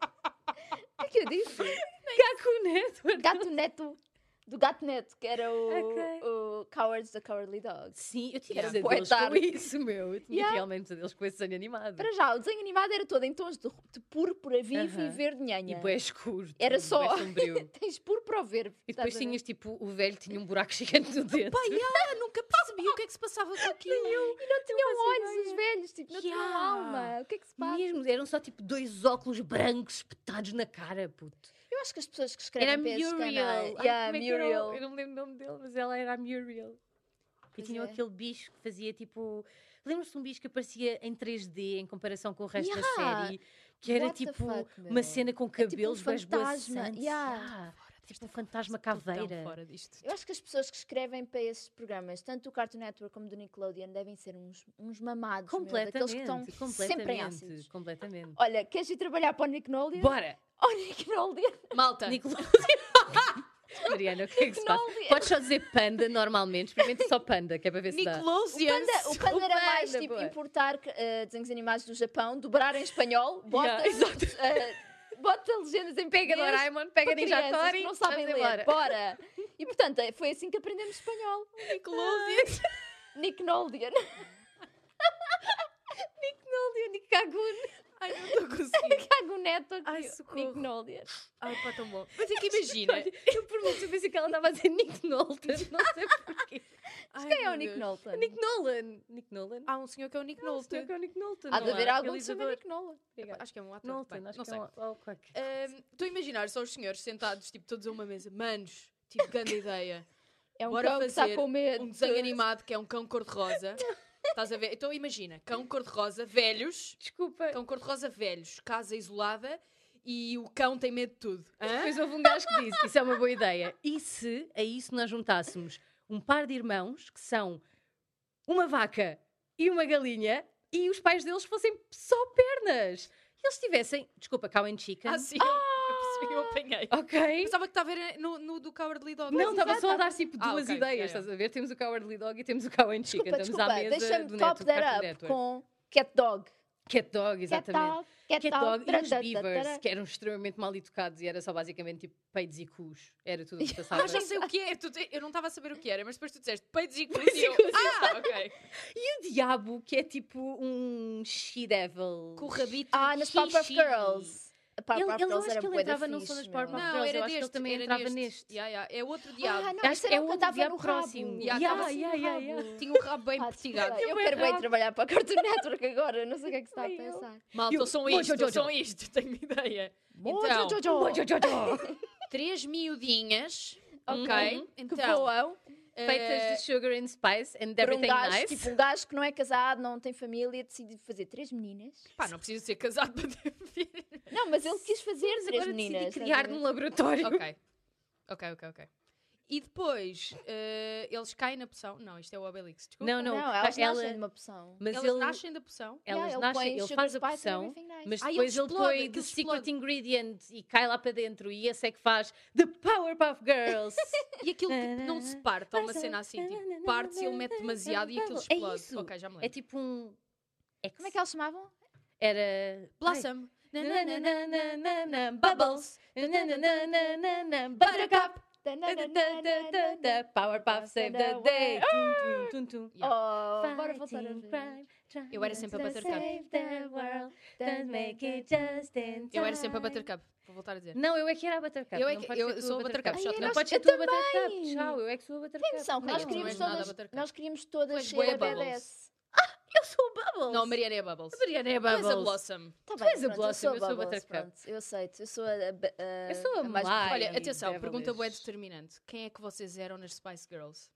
Speaker 2: O que é que eu disse?
Speaker 3: Gaku Network.
Speaker 2: Gato Neto. Do Gato Neto, que era o,
Speaker 3: Ok.
Speaker 2: o Cowards the Cowardly Dog.
Speaker 3: Sim, eu tinha
Speaker 1: Era
Speaker 3: pesadelos
Speaker 2: bué
Speaker 3: com
Speaker 2: dark.
Speaker 3: isso, meu. Eu tinha
Speaker 2: Yeah.
Speaker 3: realmente pesadelos com esse desenho animado.
Speaker 2: Para já, o desenho animado era todo em tons de, de púrpura vivo e
Speaker 3: Aham.
Speaker 2: verde
Speaker 3: E
Speaker 2: nhanha.
Speaker 3: bué escuro.
Speaker 2: Era
Speaker 3: tudo,
Speaker 2: só-
Speaker 3: bué sombrio.
Speaker 2: Tens púrpura ou verde.
Speaker 3: E depois
Speaker 2: estás a ver?
Speaker 3: tinhas tipo, o velho tinha um buraco gigante no dedo.
Speaker 1: Pá, yeah, nunca percebi o que é que se passava com aquilo.
Speaker 2: Não tinham
Speaker 3: fazia
Speaker 2: olhos os velhos, tipo, não tinham
Speaker 3: Yeah.
Speaker 2: alma. O que é que se passa?
Speaker 3: Mesmo, eram só tipo dois óculos brancos espetados na cara, puto.
Speaker 2: Eu acho que as pessoas que escrevem
Speaker 3: Era a
Speaker 2: para esses
Speaker 3: Muriel.
Speaker 2: canais-
Speaker 3: Ai,
Speaker 2: Yeah,
Speaker 3: como é que era o-
Speaker 2: Muriel.
Speaker 3: Eu não me lembro o nome dele, mas ela era a Muriel. E
Speaker 2: Pois
Speaker 3: tinham
Speaker 2: é.
Speaker 3: aquele bicho que fazia tipo. Lembram-se de um bicho que aparecia em 3D em comparação com o resto da
Speaker 2: Yeah.
Speaker 3: série? Que era
Speaker 2: What the
Speaker 3: tipo
Speaker 2: fuck, meu?
Speaker 3: uma cena com
Speaker 2: tipo um
Speaker 3: cabelos mais
Speaker 2: fantasma,
Speaker 3: boaçantes.
Speaker 2: yeah.
Speaker 3: Ah, tipo um fantasma caveira.
Speaker 1: fora disto.
Speaker 2: Eu acho que as pessoas que escrevem para esses programas, tanto do Cartoon Network como do Nickelodeon, devem ser uns, uns mamados. meu, daqueles que estão
Speaker 3: Completamente,
Speaker 2: sempre em
Speaker 3: completamente,
Speaker 2: ácidos.
Speaker 3: completamente.
Speaker 2: Olha, queres ir trabalhar para o Nickelodeon?
Speaker 3: Bora!
Speaker 2: Oh, Nickelodeon!
Speaker 1: Malta,
Speaker 3: Nicolau. Mariana, o que é que se passa?
Speaker 2: Nickelodeon.
Speaker 3: Podes só dizer panda normalmente, experimenta só panda, que é para ver se dá.
Speaker 1: Nickelodeon.
Speaker 2: Panda- o panda era
Speaker 3: Panda,
Speaker 2: mais tipo
Speaker 3: boa.
Speaker 2: importar eh, desenhos animados do Japão, dobrar em espanhol, bota,
Speaker 3: Yeah, exato.
Speaker 2: eh, bota legendas em
Speaker 3: Pega
Speaker 2: português
Speaker 3: Doraemon, pega
Speaker 2: para
Speaker 3: Ninja
Speaker 2: crianças
Speaker 3: Tori,
Speaker 2: que não sabem
Speaker 3: vamos
Speaker 2: ler.
Speaker 3: embora.
Speaker 2: Bora! E portanto, eh, foi assim que aprendemos espanhol.
Speaker 1: Nickelodeon.
Speaker 2: Nickelodeon.
Speaker 3: Nickelodeon, Nickagun.
Speaker 1: Ai, não estou conseguindo.
Speaker 2: Cago neto aqui.
Speaker 1: Ai, socorro.
Speaker 2: Nickelodeon.
Speaker 1: Ai, pá, tão bom. Mas é que imagina.
Speaker 3: Olha, eu por momentos eu pensei que ela estava a dizer Nick Nolte, não sei porquê.
Speaker 1: Ai,
Speaker 2: Quem é
Speaker 1: meu
Speaker 2: o Nick
Speaker 1: Deus.
Speaker 2: Nolte?
Speaker 3: Nick Nolan. Nick Nolan?
Speaker 1: Há um senhor que é o Nick
Speaker 3: Não, o
Speaker 1: Nolte.
Speaker 3: senhor que é o Nick Ah, Nolan.
Speaker 2: Há
Speaker 3: não
Speaker 2: de haver algum que se chama
Speaker 3: Realizador.
Speaker 2: Nick Nolan.
Speaker 3: Obrigada.
Speaker 1: Acho que é um ator.
Speaker 3: Nolan,
Speaker 1: Bem,
Speaker 3: acho
Speaker 1: não
Speaker 3: que
Speaker 1: sei.
Speaker 3: é um- oh, qualquer-
Speaker 1: Ahm, Estou a imaginar só os senhores sentados, tipo, todos a uma mesa. Manos, tipo, grande ideia.
Speaker 2: É um
Speaker 1: Bora
Speaker 2: cão que está
Speaker 1: fazer
Speaker 2: com medo.
Speaker 1: Um desenho animado que é um cão cor-de-rosa. Estás a ver? Então imagina, cão cor-de-rosa, velhos.
Speaker 3: Desculpa.
Speaker 1: Cão cor-de-rosa, velhos. Casa isolada e o cão tem medo de tudo. Hã?
Speaker 3: Depois houve um gajo que disse: Isso é uma boa ideia. E se a isso nós juntássemos um par de irmãos que são uma vaca e uma galinha e os pais deles fossem só pernas? E eles tivessem. Desculpa, cow and chicken.
Speaker 1: Ah, sim, eu- eu percebi, eu apanhei.
Speaker 3: Ok.
Speaker 1: Pensava que estava a ver no, no do Cowardly Dog.
Speaker 3: Não,
Speaker 1: Mas-
Speaker 3: estava só a dar tipo
Speaker 1: Ah,
Speaker 3: duas
Speaker 1: ok,
Speaker 3: ideias,
Speaker 1: yeah, yeah.
Speaker 3: estás a ver? Temos o Cowardly Dog e temos o Cow and Chicken.
Speaker 2: Desculpa,
Speaker 3: Estamos
Speaker 2: desculpa.
Speaker 3: à mesa do
Speaker 2: Deixa-me
Speaker 3: Neto, é.
Speaker 2: top
Speaker 3: do
Speaker 2: that
Speaker 3: Cartoon
Speaker 2: up
Speaker 3: Network.
Speaker 2: com Cat Dog.
Speaker 3: Cat Dog, exatamente.
Speaker 2: Cat Dog. Cat,
Speaker 3: Cat Dog e os
Speaker 2: taratata,
Speaker 3: Beavers,
Speaker 2: tará.
Speaker 3: que eram extremamente mal educados e era só basicamente tipo peidos e cus. Era tudo o que passava.
Speaker 1: Ah, já sei o que é. Tu te- Eu não estava a saber o que era, mas depois tu disseste peidos e cus,
Speaker 3: Peidos
Speaker 1: e
Speaker 3: e
Speaker 1: eu,
Speaker 3: cus,
Speaker 1: Ah, ok.
Speaker 3: E o diabo, que é tipo um she-devil.
Speaker 1: Com o rabito.
Speaker 2: Ah, nas
Speaker 3: Xixi.
Speaker 2: Powerpuff Girls. A
Speaker 3: Ele,
Speaker 2: Powerpuff
Speaker 3: ele, eu
Speaker 2: Girls
Speaker 3: acho
Speaker 2: era
Speaker 3: que ele
Speaker 2: bué da
Speaker 3: entrava não só
Speaker 2: fixe,
Speaker 3: nas
Speaker 2: meu.
Speaker 3: Powerpuff
Speaker 1: não,
Speaker 3: Girls, eu
Speaker 1: era
Speaker 3: acho
Speaker 1: deste.
Speaker 3: que ele também
Speaker 1: era
Speaker 3: entrava
Speaker 1: deste.
Speaker 3: neste.
Speaker 1: Yeah, yeah, É outro diabo.
Speaker 2: Ah, não,
Speaker 3: Acho
Speaker 2: esse
Speaker 3: que
Speaker 2: era
Speaker 3: é
Speaker 2: o
Speaker 3: o
Speaker 2: que andava
Speaker 3: diabo
Speaker 2: no
Speaker 3: próximo.
Speaker 2: rabo.
Speaker 1: Yeah, yeah,
Speaker 2: Andava assim no
Speaker 3: yeah,
Speaker 2: rabo.
Speaker 3: yeah,
Speaker 1: Tinha o rabo bem
Speaker 2: Ah,
Speaker 1: pertigado.
Speaker 2: desculpa, Eu
Speaker 3: Bem
Speaker 2: quero bem
Speaker 3: rabo.
Speaker 2: trabalhar para a Cartoon Network agora. Não sei o que é que se está a
Speaker 3: Ai, eu.
Speaker 2: pensar.
Speaker 1: Malta,
Speaker 3: E o-
Speaker 1: eu sou
Speaker 3: Bom,
Speaker 1: isto,
Speaker 3: Jojo,
Speaker 1: eu sou
Speaker 3: Jojo.
Speaker 1: isto. Tenho ideia.
Speaker 2: Bom,
Speaker 1: Então,
Speaker 2: jo, jo, jo.
Speaker 1: Três miudinhas. Ok.
Speaker 2: Ok. Que
Speaker 1: Então,
Speaker 2: voam.
Speaker 1: eh,
Speaker 3: Uhum. Feitas de sugar and spice and
Speaker 2: Para um
Speaker 3: everything
Speaker 2: gajo,
Speaker 3: nice.
Speaker 2: tipo um gajo que não é casado, não tem família, decide fazer três meninas.
Speaker 1: Pá, não preciso ser casado para ter filhos.
Speaker 2: Não, mas ele quis fazer
Speaker 3: Mas
Speaker 2: três
Speaker 3: agora decidi
Speaker 2: meninas. estás
Speaker 3: criar
Speaker 2: a
Speaker 3: num
Speaker 2: ver?
Speaker 3: laboratório.
Speaker 1: Ok. Ok, ok, ok. E depois, eh, eles caem na poção. Não, isto é o Obelix, desculpa.
Speaker 3: Não, não,
Speaker 2: Não, elas
Speaker 3: ela-
Speaker 2: nascem de uma poção.
Speaker 3: Mas
Speaker 1: Eles
Speaker 3: ele,
Speaker 1: nascem da poção.
Speaker 3: elas
Speaker 2: Yeah, ele põe
Speaker 3: nascem, ele
Speaker 2: sugar
Speaker 3: faz a
Speaker 2: spice and
Speaker 3: poção,
Speaker 2: everything nice.
Speaker 3: mas
Speaker 1: Ah, ele
Speaker 3: depois ele,
Speaker 1: explode,
Speaker 3: põe
Speaker 1: aquilo
Speaker 3: the
Speaker 1: explode.
Speaker 3: secret ingredient e cai lá para dentro. E esse é que faz The Powerpuff Girls.
Speaker 1: E aquilo que não se parte, há uma cena assim, tipo, parte-se e ele mete demasiado e aquilo
Speaker 3: É
Speaker 1: explode.
Speaker 3: isso.
Speaker 1: Ok, já me
Speaker 3: é
Speaker 1: lembro.
Speaker 3: tipo um. X.
Speaker 2: Como é que elas chamavam?
Speaker 3: Era.
Speaker 1: Blossom.
Speaker 3: Ai. Na, na, na, na, na, na, Bubbles. Na, na, na, na, na, na, Buttercup.
Speaker 2: Tarará,
Speaker 3: Tananana, Powerpuff save the day. Tum, tum, tum, tum.
Speaker 2: Oh, bora voltar a
Speaker 3: Fighting
Speaker 2: ver.
Speaker 3: crime, trying
Speaker 1: Eu era sempre a
Speaker 3: to
Speaker 1: bater cabo.
Speaker 3: save the world, don't make it just in
Speaker 1: Eu era sempre a
Speaker 3: time.
Speaker 1: Buttercup, vou voltar a dizer.
Speaker 3: Não, eu é que era a Buttercup.
Speaker 1: Eu é
Speaker 3: não
Speaker 1: que-
Speaker 3: pode
Speaker 1: eu
Speaker 3: ser tu
Speaker 1: sou a Buttercup,
Speaker 2: Ai,
Speaker 1: só que
Speaker 2: eu
Speaker 1: não
Speaker 2: não
Speaker 1: pode
Speaker 2: sei-
Speaker 1: ser
Speaker 2: eu
Speaker 1: tu.
Speaker 2: também.
Speaker 3: Buttercup, tchau, eu é que sou a Buttercup.
Speaker 2: Atenção,
Speaker 1: Não,
Speaker 2: nós
Speaker 1: não
Speaker 2: queríamos
Speaker 1: és
Speaker 3: é
Speaker 1: nada
Speaker 2: todas,
Speaker 1: Buttercup.
Speaker 2: nós queríamos
Speaker 1: Tu
Speaker 2: todas
Speaker 1: és
Speaker 2: ser a
Speaker 1: boa Bubbles.
Speaker 2: BDS.
Speaker 3: Eu sou o Bubbles.
Speaker 1: Não, a Mariana é a Bubbles.
Speaker 3: A Mariana é a
Speaker 1: Tu és a
Speaker 3: Bubbles.
Speaker 1: Blossom.
Speaker 2: Tá
Speaker 3: Tu
Speaker 2: bem,
Speaker 3: és a
Speaker 2: pronto,
Speaker 3: Blossom, eu sou a
Speaker 2: Bubbles,
Speaker 3: Buttercup.
Speaker 2: pronto, eu aceito, eu sou a, a, b- a-
Speaker 3: Eu sou a
Speaker 2: mais-
Speaker 3: Mai.
Speaker 1: Olha,
Speaker 3: Ai, é
Speaker 1: atenção,
Speaker 3: devilish.
Speaker 1: pergunta boa determinante. Quem é que vocês eram nas Spice Girls?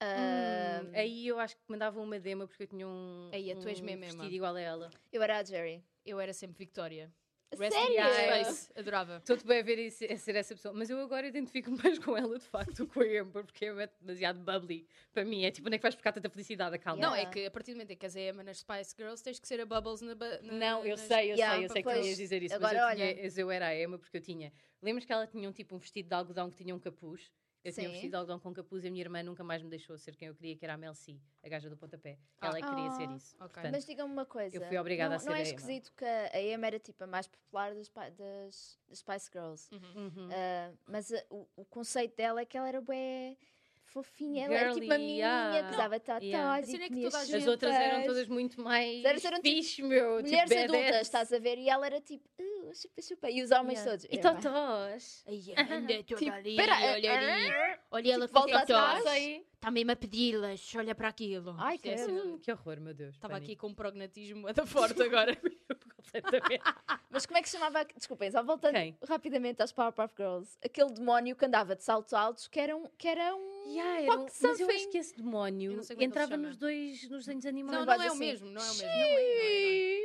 Speaker 2: Ah,
Speaker 3: Hum, aí eu acho que mandava uma dema porque eu tinha um,
Speaker 1: Aí, tu és
Speaker 3: um
Speaker 1: mesmo,
Speaker 3: vestido
Speaker 1: Emma.
Speaker 3: igual a ela.
Speaker 2: eu era a Jerry.
Speaker 1: Eu era sempre Victoria.
Speaker 2: Sério?
Speaker 1: in peace, Face, adorava.
Speaker 3: Estou-te bem a ver esse- a ser essa pessoa, mas eu agora identifico mais com ela de facto do que com a Amber, porque é demasiado bubbly para mim. É tipo, onde é que vais buscar tanta felicidade, calma?
Speaker 1: Não, é
Speaker 2: Yeah.
Speaker 1: que a partir do momento em que és a Emma nas Spice Girls, tens que ser a Bubbles na... ba- na-
Speaker 3: Não, eu
Speaker 1: nas-
Speaker 3: sei, eu
Speaker 2: Yeah,
Speaker 3: sei, eu sei que tu
Speaker 2: pois,
Speaker 3: ias dizer isso, mas eu,
Speaker 2: agora
Speaker 3: tinha,
Speaker 2: olha.
Speaker 3: mas eu era a Emma porque eu tinha. Lembras que ela tinha um tipo um vestido de algodão que tinha um capuz? Eu tinha um
Speaker 2: Sim.
Speaker 3: vestido de algodão com capuz e a minha irmã nunca mais me deixou ser quem eu queria, que era a Mel C, a gaja do pontapé. Ela é que queria ser
Speaker 2: Ah.
Speaker 3: isso.
Speaker 1: Ok.
Speaker 3: Portanto,
Speaker 2: Mas digam-me uma coisa.
Speaker 3: fui obrigada
Speaker 2: não,
Speaker 3: a ser
Speaker 2: Não
Speaker 3: a
Speaker 2: é
Speaker 3: Emma.
Speaker 2: esquisito que a a Emma era tipo a mais popular das, Spi- das, das Spice Girls.
Speaker 3: uhum.
Speaker 2: Ah, mas ah, o, o conceito dela é que ela era bué fofinha. Ela era tipo uma
Speaker 3: Girly,
Speaker 2: menininha,
Speaker 3: yeah.
Speaker 2: pesava tatados
Speaker 3: yeah.
Speaker 1: A cena é
Speaker 2: e
Speaker 1: que
Speaker 2: comia
Speaker 1: toda a gente-
Speaker 3: As outras eram
Speaker 2: chupas.
Speaker 3: todas muito mais
Speaker 2: Elas eram tipo
Speaker 3: fixe, meu. tipo
Speaker 2: Mulheres
Speaker 3: badass.
Speaker 2: adultas, estás a ver? E ela era tipo, uh, chupa, chupa. E os homens
Speaker 1: Yeah.
Speaker 2: todos.
Speaker 3: E
Speaker 2: Epá.
Speaker 3: totós.
Speaker 1: Ai, anda, toda
Speaker 2: Tipo,
Speaker 1: ali,
Speaker 2: pera,
Speaker 1: olha ali. Olha ela
Speaker 2: Tipo,
Speaker 1: com
Speaker 2: volta atrás.
Speaker 1: TikToks.
Speaker 3: aí.
Speaker 1: Está mesmo a pedi-las, olha para aquilo.
Speaker 2: Ai,
Speaker 1: Isto é
Speaker 2: credo.
Speaker 1: assim.
Speaker 3: Hum, que horror, meu Deus.
Speaker 1: Estava aqui
Speaker 3: pânico.
Speaker 1: com um prognatismo da forte agora.
Speaker 3: Completamente.
Speaker 2: Mas como é que se chamava? Desculpem, só voltando
Speaker 3: Quem?
Speaker 2: rapidamente às Powerpuff Girls. Aquele demónio que andava de saltos altos, que era um. Que era um...
Speaker 3: Yeah, era um-
Speaker 2: Fuck
Speaker 3: mas eu acho
Speaker 2: something.
Speaker 3: que esse demónio
Speaker 1: Eu não sei como é que ele
Speaker 3: entrava
Speaker 1: chama.
Speaker 3: nos dois nos desenhos animais.
Speaker 1: Não,
Speaker 2: Não
Speaker 1: não
Speaker 2: vais
Speaker 1: é o
Speaker 2: assim.
Speaker 1: mesmo, não é o mesmo. Não é, não é, não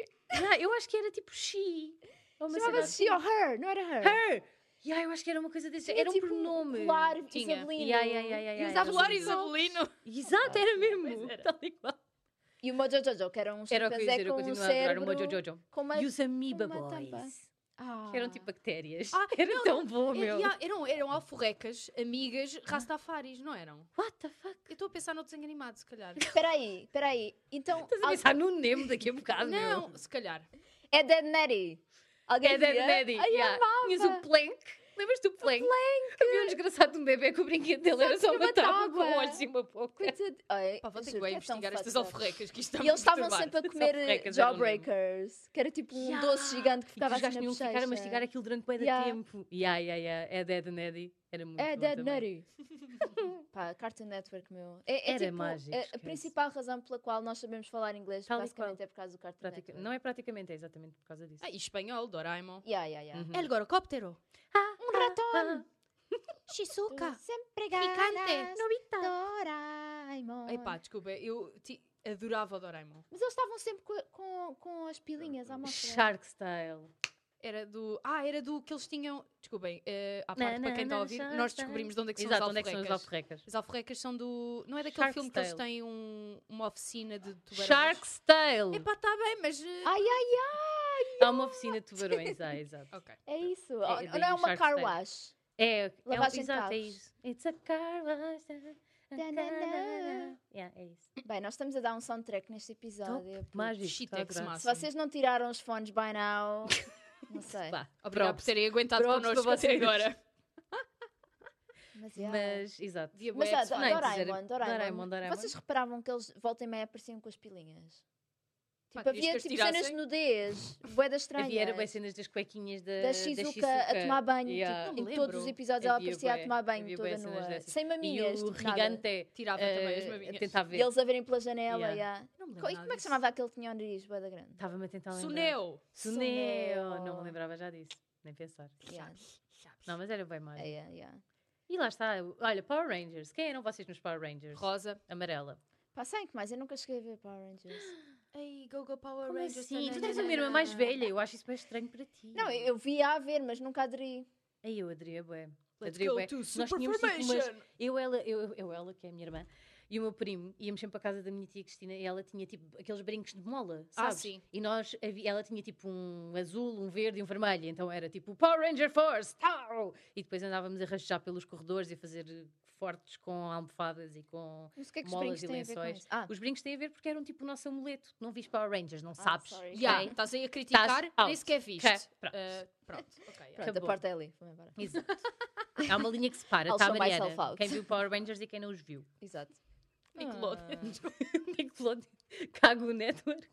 Speaker 1: é.
Speaker 3: Yeah, eu acho que era tipo she. Ou uma cena
Speaker 2: Chamava-se she or her, não era her.
Speaker 3: Her. Yeah, eu acho que era uma coisa desse. Era um
Speaker 2: tipo
Speaker 3: pronome.
Speaker 2: Colar
Speaker 1: Tinha.
Speaker 2: isabelino.
Speaker 3: Yeah, yeah, yeah, yeah,
Speaker 2: E
Speaker 3: yeah,
Speaker 2: usava um
Speaker 1: Claro,
Speaker 3: yeah.
Speaker 2: saltos altos.
Speaker 1: Isabelino.
Speaker 3: Exato, era mesmo.
Speaker 1: Pois era.
Speaker 3: Tal e qual.
Speaker 2: E o Mojo Jojo, que era um
Speaker 3: Era o que eu ia
Speaker 2: chimpanzé
Speaker 3: dizer, eu
Speaker 2: com um
Speaker 3: continuo a adorar o
Speaker 2: cérebro.
Speaker 3: Mojo Jojo.
Speaker 2: Com uma...
Speaker 3: E os Amoeba
Speaker 2: uma tampa.
Speaker 3: Boys.
Speaker 2: Ah.
Speaker 3: Que eram tipo bactérias.
Speaker 1: Ah,
Speaker 3: Era
Speaker 1: não,
Speaker 3: tão bom,
Speaker 1: É,
Speaker 3: meu.
Speaker 1: yeah, eram, eram alforrecas, amigas, rastafaris, não eram?
Speaker 3: What the fuck?
Speaker 1: Eu estou a pensar no desenho animado, se calhar.
Speaker 2: Espera aí, espera aí. Então,
Speaker 3: Estás a
Speaker 2: al-
Speaker 3: pensar no Nemo daqui a bocado, meu.
Speaker 1: não, se calhar.
Speaker 2: é Dead Nettie. Alguém
Speaker 3: É da
Speaker 2: via?
Speaker 3: Daddy.
Speaker 2: Ai,
Speaker 3: yeah. Tinhas o Plank. Lembras do Plank? Havia um desgraçado de um bebê que o brinquedo dele era só
Speaker 2: era
Speaker 3: uma
Speaker 2: uma
Speaker 3: tábua com
Speaker 2: tábua.
Speaker 3: olhos e uma boca.
Speaker 2: Coitado- Ai,
Speaker 1: Pá, vou ter que ir
Speaker 2: juro é tão
Speaker 1: investigar estas
Speaker 2: fucked up.
Speaker 1: alforrecas que isto está
Speaker 2: E eles estavam sempre a comer eh,
Speaker 1: jawbreaker.
Speaker 2: jawbreakers, que era tipo um
Speaker 3: Yeah.
Speaker 2: doce gigante que
Speaker 3: E os
Speaker 2: ficava
Speaker 3: gajos
Speaker 2: assim na
Speaker 3: tinham que ficar a mastigar
Speaker 2: bochecha.
Speaker 3: aquilo durante bué de
Speaker 2: Yeah.
Speaker 3: tempo. Yeah, yeah, yeah. É Dead and Eddie. Era muito
Speaker 2: É
Speaker 3: bom
Speaker 2: Dead
Speaker 3: também.
Speaker 2: Nutty. Pá, Cartoon Network, meu. É, é
Speaker 3: Era
Speaker 2: tipo,
Speaker 3: mágico,
Speaker 2: a- A
Speaker 3: esquece.
Speaker 2: principal razão pela qual nós sabemos falar inglês,
Speaker 3: Tal e
Speaker 2: basicamente,
Speaker 3: qual.
Speaker 2: é por causa do Cartoon
Speaker 3: Pratica-
Speaker 2: Network.
Speaker 3: Não é praticamente, é exatamente por causa disso.
Speaker 1: Ah, e espanhol, Doraemon.
Speaker 2: Yeah, yeah, yeah.
Speaker 3: Uhum.
Speaker 1: El Gorocóptero.
Speaker 2: Um
Speaker 1: Ah.
Speaker 2: ratão!
Speaker 3: Ah,
Speaker 1: Shizuka.
Speaker 2: sempre
Speaker 1: Picante. Novita.
Speaker 2: Doraemon.
Speaker 1: Epá, desculpa, eu ti- adorava o Doraemon.
Speaker 2: Mas eles estavam sempre co- com, com, as pilinhas à mostra.
Speaker 3: Shark Style.
Speaker 1: Era do. Ah, era do que eles tinham. Desculpem, eh, à
Speaker 3: Na,
Speaker 1: parte para
Speaker 3: na,
Speaker 1: quem está a
Speaker 3: na,
Speaker 1: ouvir,
Speaker 3: na,
Speaker 1: nós
Speaker 3: na.
Speaker 1: descobrimos de onde é que são as
Speaker 3: Exato, onde é que são os
Speaker 1: alforrecas.
Speaker 3: alforrecas?
Speaker 1: As alforrecas são do. Não é daquele
Speaker 3: Shark's
Speaker 1: filme que eles
Speaker 3: Tale.
Speaker 1: têm um- uma oficina de tubarões?
Speaker 3: Shark's Ah. Tale.
Speaker 1: Epá, está bem, mas. eh,
Speaker 2: Ai, ai, É
Speaker 3: Há uma oficina de tubarões, ah, exato.
Speaker 1: Ok.
Speaker 2: ai! É isso.
Speaker 3: É,
Speaker 2: Ou-
Speaker 3: daí
Speaker 2: ou não é
Speaker 3: o
Speaker 2: uma
Speaker 3: Shark's
Speaker 2: car
Speaker 3: Tale.
Speaker 2: wash.
Speaker 3: É, é o-
Speaker 2: Lavagem de
Speaker 3: exato, é
Speaker 2: carros.
Speaker 3: isso. It's a car wash.
Speaker 2: Da, na, na.
Speaker 3: Yeah, é isso.
Speaker 2: Bem, nós estamos a dar um soundtrack neste episódio. porque
Speaker 3: Mágico.
Speaker 1: Shit,
Speaker 3: tá
Speaker 1: é que se
Speaker 3: grato.
Speaker 1: massa.
Speaker 2: Se vocês não tiraram os fones by now, não sei.
Speaker 3: Pá,
Speaker 1: Obrigado
Speaker 3: props.
Speaker 1: por terem aguentado
Speaker 3: Props para
Speaker 1: connosco até
Speaker 3: vocês.
Speaker 1: agora.
Speaker 2: Mas, yeah.
Speaker 3: Mas, é exato.
Speaker 1: Devia
Speaker 2: Mas,
Speaker 1: bué
Speaker 2: ah,
Speaker 1: de
Speaker 2: Do-
Speaker 1: sonantes,
Speaker 3: era-
Speaker 2: Doraemon,
Speaker 3: Doraemon,
Speaker 2: Doraemon,
Speaker 3: Doraemon.
Speaker 2: Vocês reparavam que eles volta e meia apareciam com as pilinhas?
Speaker 1: Pá,
Speaker 2: Tipo,
Speaker 1: querias que
Speaker 2: havia
Speaker 1: as
Speaker 2: tipo, cenas de
Speaker 1: tirassem?
Speaker 2: nudez, boedas estranhas.
Speaker 3: Havia era bem cenas das cuequinhas da,
Speaker 2: da Shizuka a tomar banho.
Speaker 3: Yeah.
Speaker 2: Tipo,
Speaker 1: Não me
Speaker 2: em todos
Speaker 1: lembro.
Speaker 2: os episódios ela
Speaker 3: Havia
Speaker 2: aparecia a
Speaker 3: bué,
Speaker 2: tomar banho
Speaker 3: havia
Speaker 2: toda
Speaker 3: bué cenas
Speaker 2: nua.
Speaker 3: dessas.
Speaker 2: Sem maminhas.
Speaker 3: E o
Speaker 2: tipo, nada.
Speaker 3: gigante
Speaker 1: Tirava também as
Speaker 3: Eh,
Speaker 1: maminhas.
Speaker 3: tentava
Speaker 2: E
Speaker 3: ver.
Speaker 2: eles a verem pela janela.
Speaker 3: Yeah.
Speaker 2: yeah.
Speaker 1: Não me lembro
Speaker 2: Co- E
Speaker 1: nada
Speaker 2: como é que se
Speaker 1: disso.
Speaker 2: chamava aquele que tinha o nariz boeda grande?
Speaker 3: Estava-me a tentar lembrar.
Speaker 1: Suneu.
Speaker 3: Suneu. Não me
Speaker 2: Suneu.
Speaker 3: lembrava já disso. Nem pensar.
Speaker 2: Yeah.
Speaker 3: Não, mas era bem mais.
Speaker 1: É.
Speaker 2: Yeah, É, yeah.
Speaker 3: E lá está. Olha, Power Rangers. Quem eram vocês nos Power Rangers?
Speaker 1: Rosa.
Speaker 3: Amarela.
Speaker 2: Pá, sabem que mais? Eu nunca cheguei a ver Power Rangers.
Speaker 1: Ei, Go Go Power
Speaker 3: Como
Speaker 1: Rangers.
Speaker 3: assim? Tu tens uma irmã mais velha. Eu acho isso bem estranho para ti.
Speaker 2: Não, eu eu via a ver, mas nunca aderi.
Speaker 3: Aí eu adria bué.
Speaker 1: Let's
Speaker 3: Adria
Speaker 1: go
Speaker 3: bué.
Speaker 1: to
Speaker 3: Nós tínhamos tipo umas-
Speaker 1: Superformation.
Speaker 3: Eu, ela, eu, eu, ela, que é a minha irmã, e o meu primo, íamos sempre para casa da minha tia Cristina e ela tinha tipo aqueles brincos de mola,
Speaker 1: Ah,
Speaker 3: sabes?
Speaker 1: sim.
Speaker 3: E nós, havi- ela tinha tipo um azul, um verde e um vermelho, então era tipo Power Ranger Force! Tau! E depois andávamos a rastejar pelos corredores e a fazer eh, fortes com almofadas e com.
Speaker 2: Mas o que é que os
Speaker 3: Molas
Speaker 2: brincos
Speaker 3: e
Speaker 2: têm a ver com
Speaker 3: lençóis.
Speaker 2: isso? Ah,
Speaker 3: Os brincos têm a ver porque eram tipo o nosso amuleto. Tu não viste Power Rangers, não sabes.
Speaker 2: sorry.
Speaker 1: Já,
Speaker 3: Ok? Tá,
Speaker 1: estás aí a criticar,
Speaker 3: Estás
Speaker 1: nem
Speaker 3: out.
Speaker 1: sequer viste.
Speaker 3: Pronto.
Speaker 1: Ah, pronto, ok.
Speaker 2: pronto, a
Speaker 3: acabou.
Speaker 2: porta é ali. Vamos embora.
Speaker 3: Exato. Há uma linha que separa,
Speaker 2: I'll
Speaker 3: está a
Speaker 2: show myself
Speaker 3: Mariana.
Speaker 2: out.
Speaker 3: Quem viu Power Rangers e quem não os viu.
Speaker 2: Exato.
Speaker 1: Ah.
Speaker 3: Nickelodeon. Nickelodeon. Cago Network.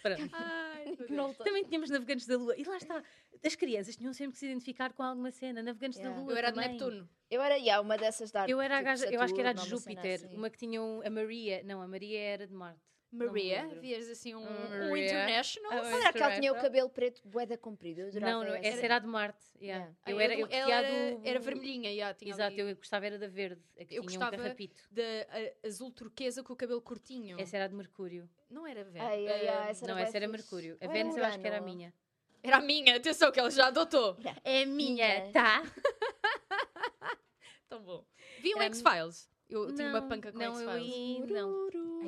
Speaker 3: Pronto.
Speaker 1: Ah, Ai, meu Deus.
Speaker 2: Não-
Speaker 3: Também tínhamos Navegantes da Lua. E lá está. As crianças tinham sempre que se identificar com alguma cena. Navegantes
Speaker 2: Yeah.
Speaker 3: da Lua.
Speaker 1: Eu era de
Speaker 3: também.
Speaker 1: Neptuno.
Speaker 2: Eu era, yeah, uma dessas da
Speaker 3: Eu era a
Speaker 2: tipo
Speaker 3: gaja, eu acho que era a de
Speaker 2: Saturno, uma cena
Speaker 3: Júpiter.
Speaker 2: assim.
Speaker 3: Uma que tinham a Maria. Não, a Maria era de Marte. Não me
Speaker 1: Maria,
Speaker 3: lembro.
Speaker 1: vias assim um,
Speaker 3: Maria.
Speaker 1: um international.
Speaker 3: Ah,
Speaker 2: Qual era que ela tinha o
Speaker 3: Sarah.
Speaker 2: cabelo preto boeda comprido? Eu adorava
Speaker 3: Não, não, essa era a de Marte. yeah.
Speaker 2: Yeah.
Speaker 1: Ah,
Speaker 3: Eu era, eu
Speaker 1: ela
Speaker 3: curtia a
Speaker 1: era,
Speaker 3: do-
Speaker 1: era vermelhinha, yeah, tinha
Speaker 3: Exato,
Speaker 1: ali
Speaker 3: eu gostava era da verde. A que
Speaker 1: Eu
Speaker 3: tinha um
Speaker 1: gostava-
Speaker 3: carrapito.
Speaker 1: da a- azul turquesa com o cabelo curtinho.
Speaker 3: Essa era a de Mercúrio.
Speaker 1: Não era verde.
Speaker 2: Ai, ai, ai, essa
Speaker 3: não,
Speaker 2: bué
Speaker 3: essa era
Speaker 2: fixe.
Speaker 3: Mercúrio. A
Speaker 2: Ou era
Speaker 3: Vênus eu acho que era a
Speaker 2: Urano?
Speaker 3: minha.
Speaker 1: Era a minha, atenção que ela já adotou.
Speaker 3: É
Speaker 2: minha,
Speaker 3: tá?
Speaker 1: Tão bom. Vi um
Speaker 3: Era a
Speaker 1: X-Files. Eu tinha uma panca com
Speaker 3: não, eu
Speaker 1: X-Files.
Speaker 3: ia- assim,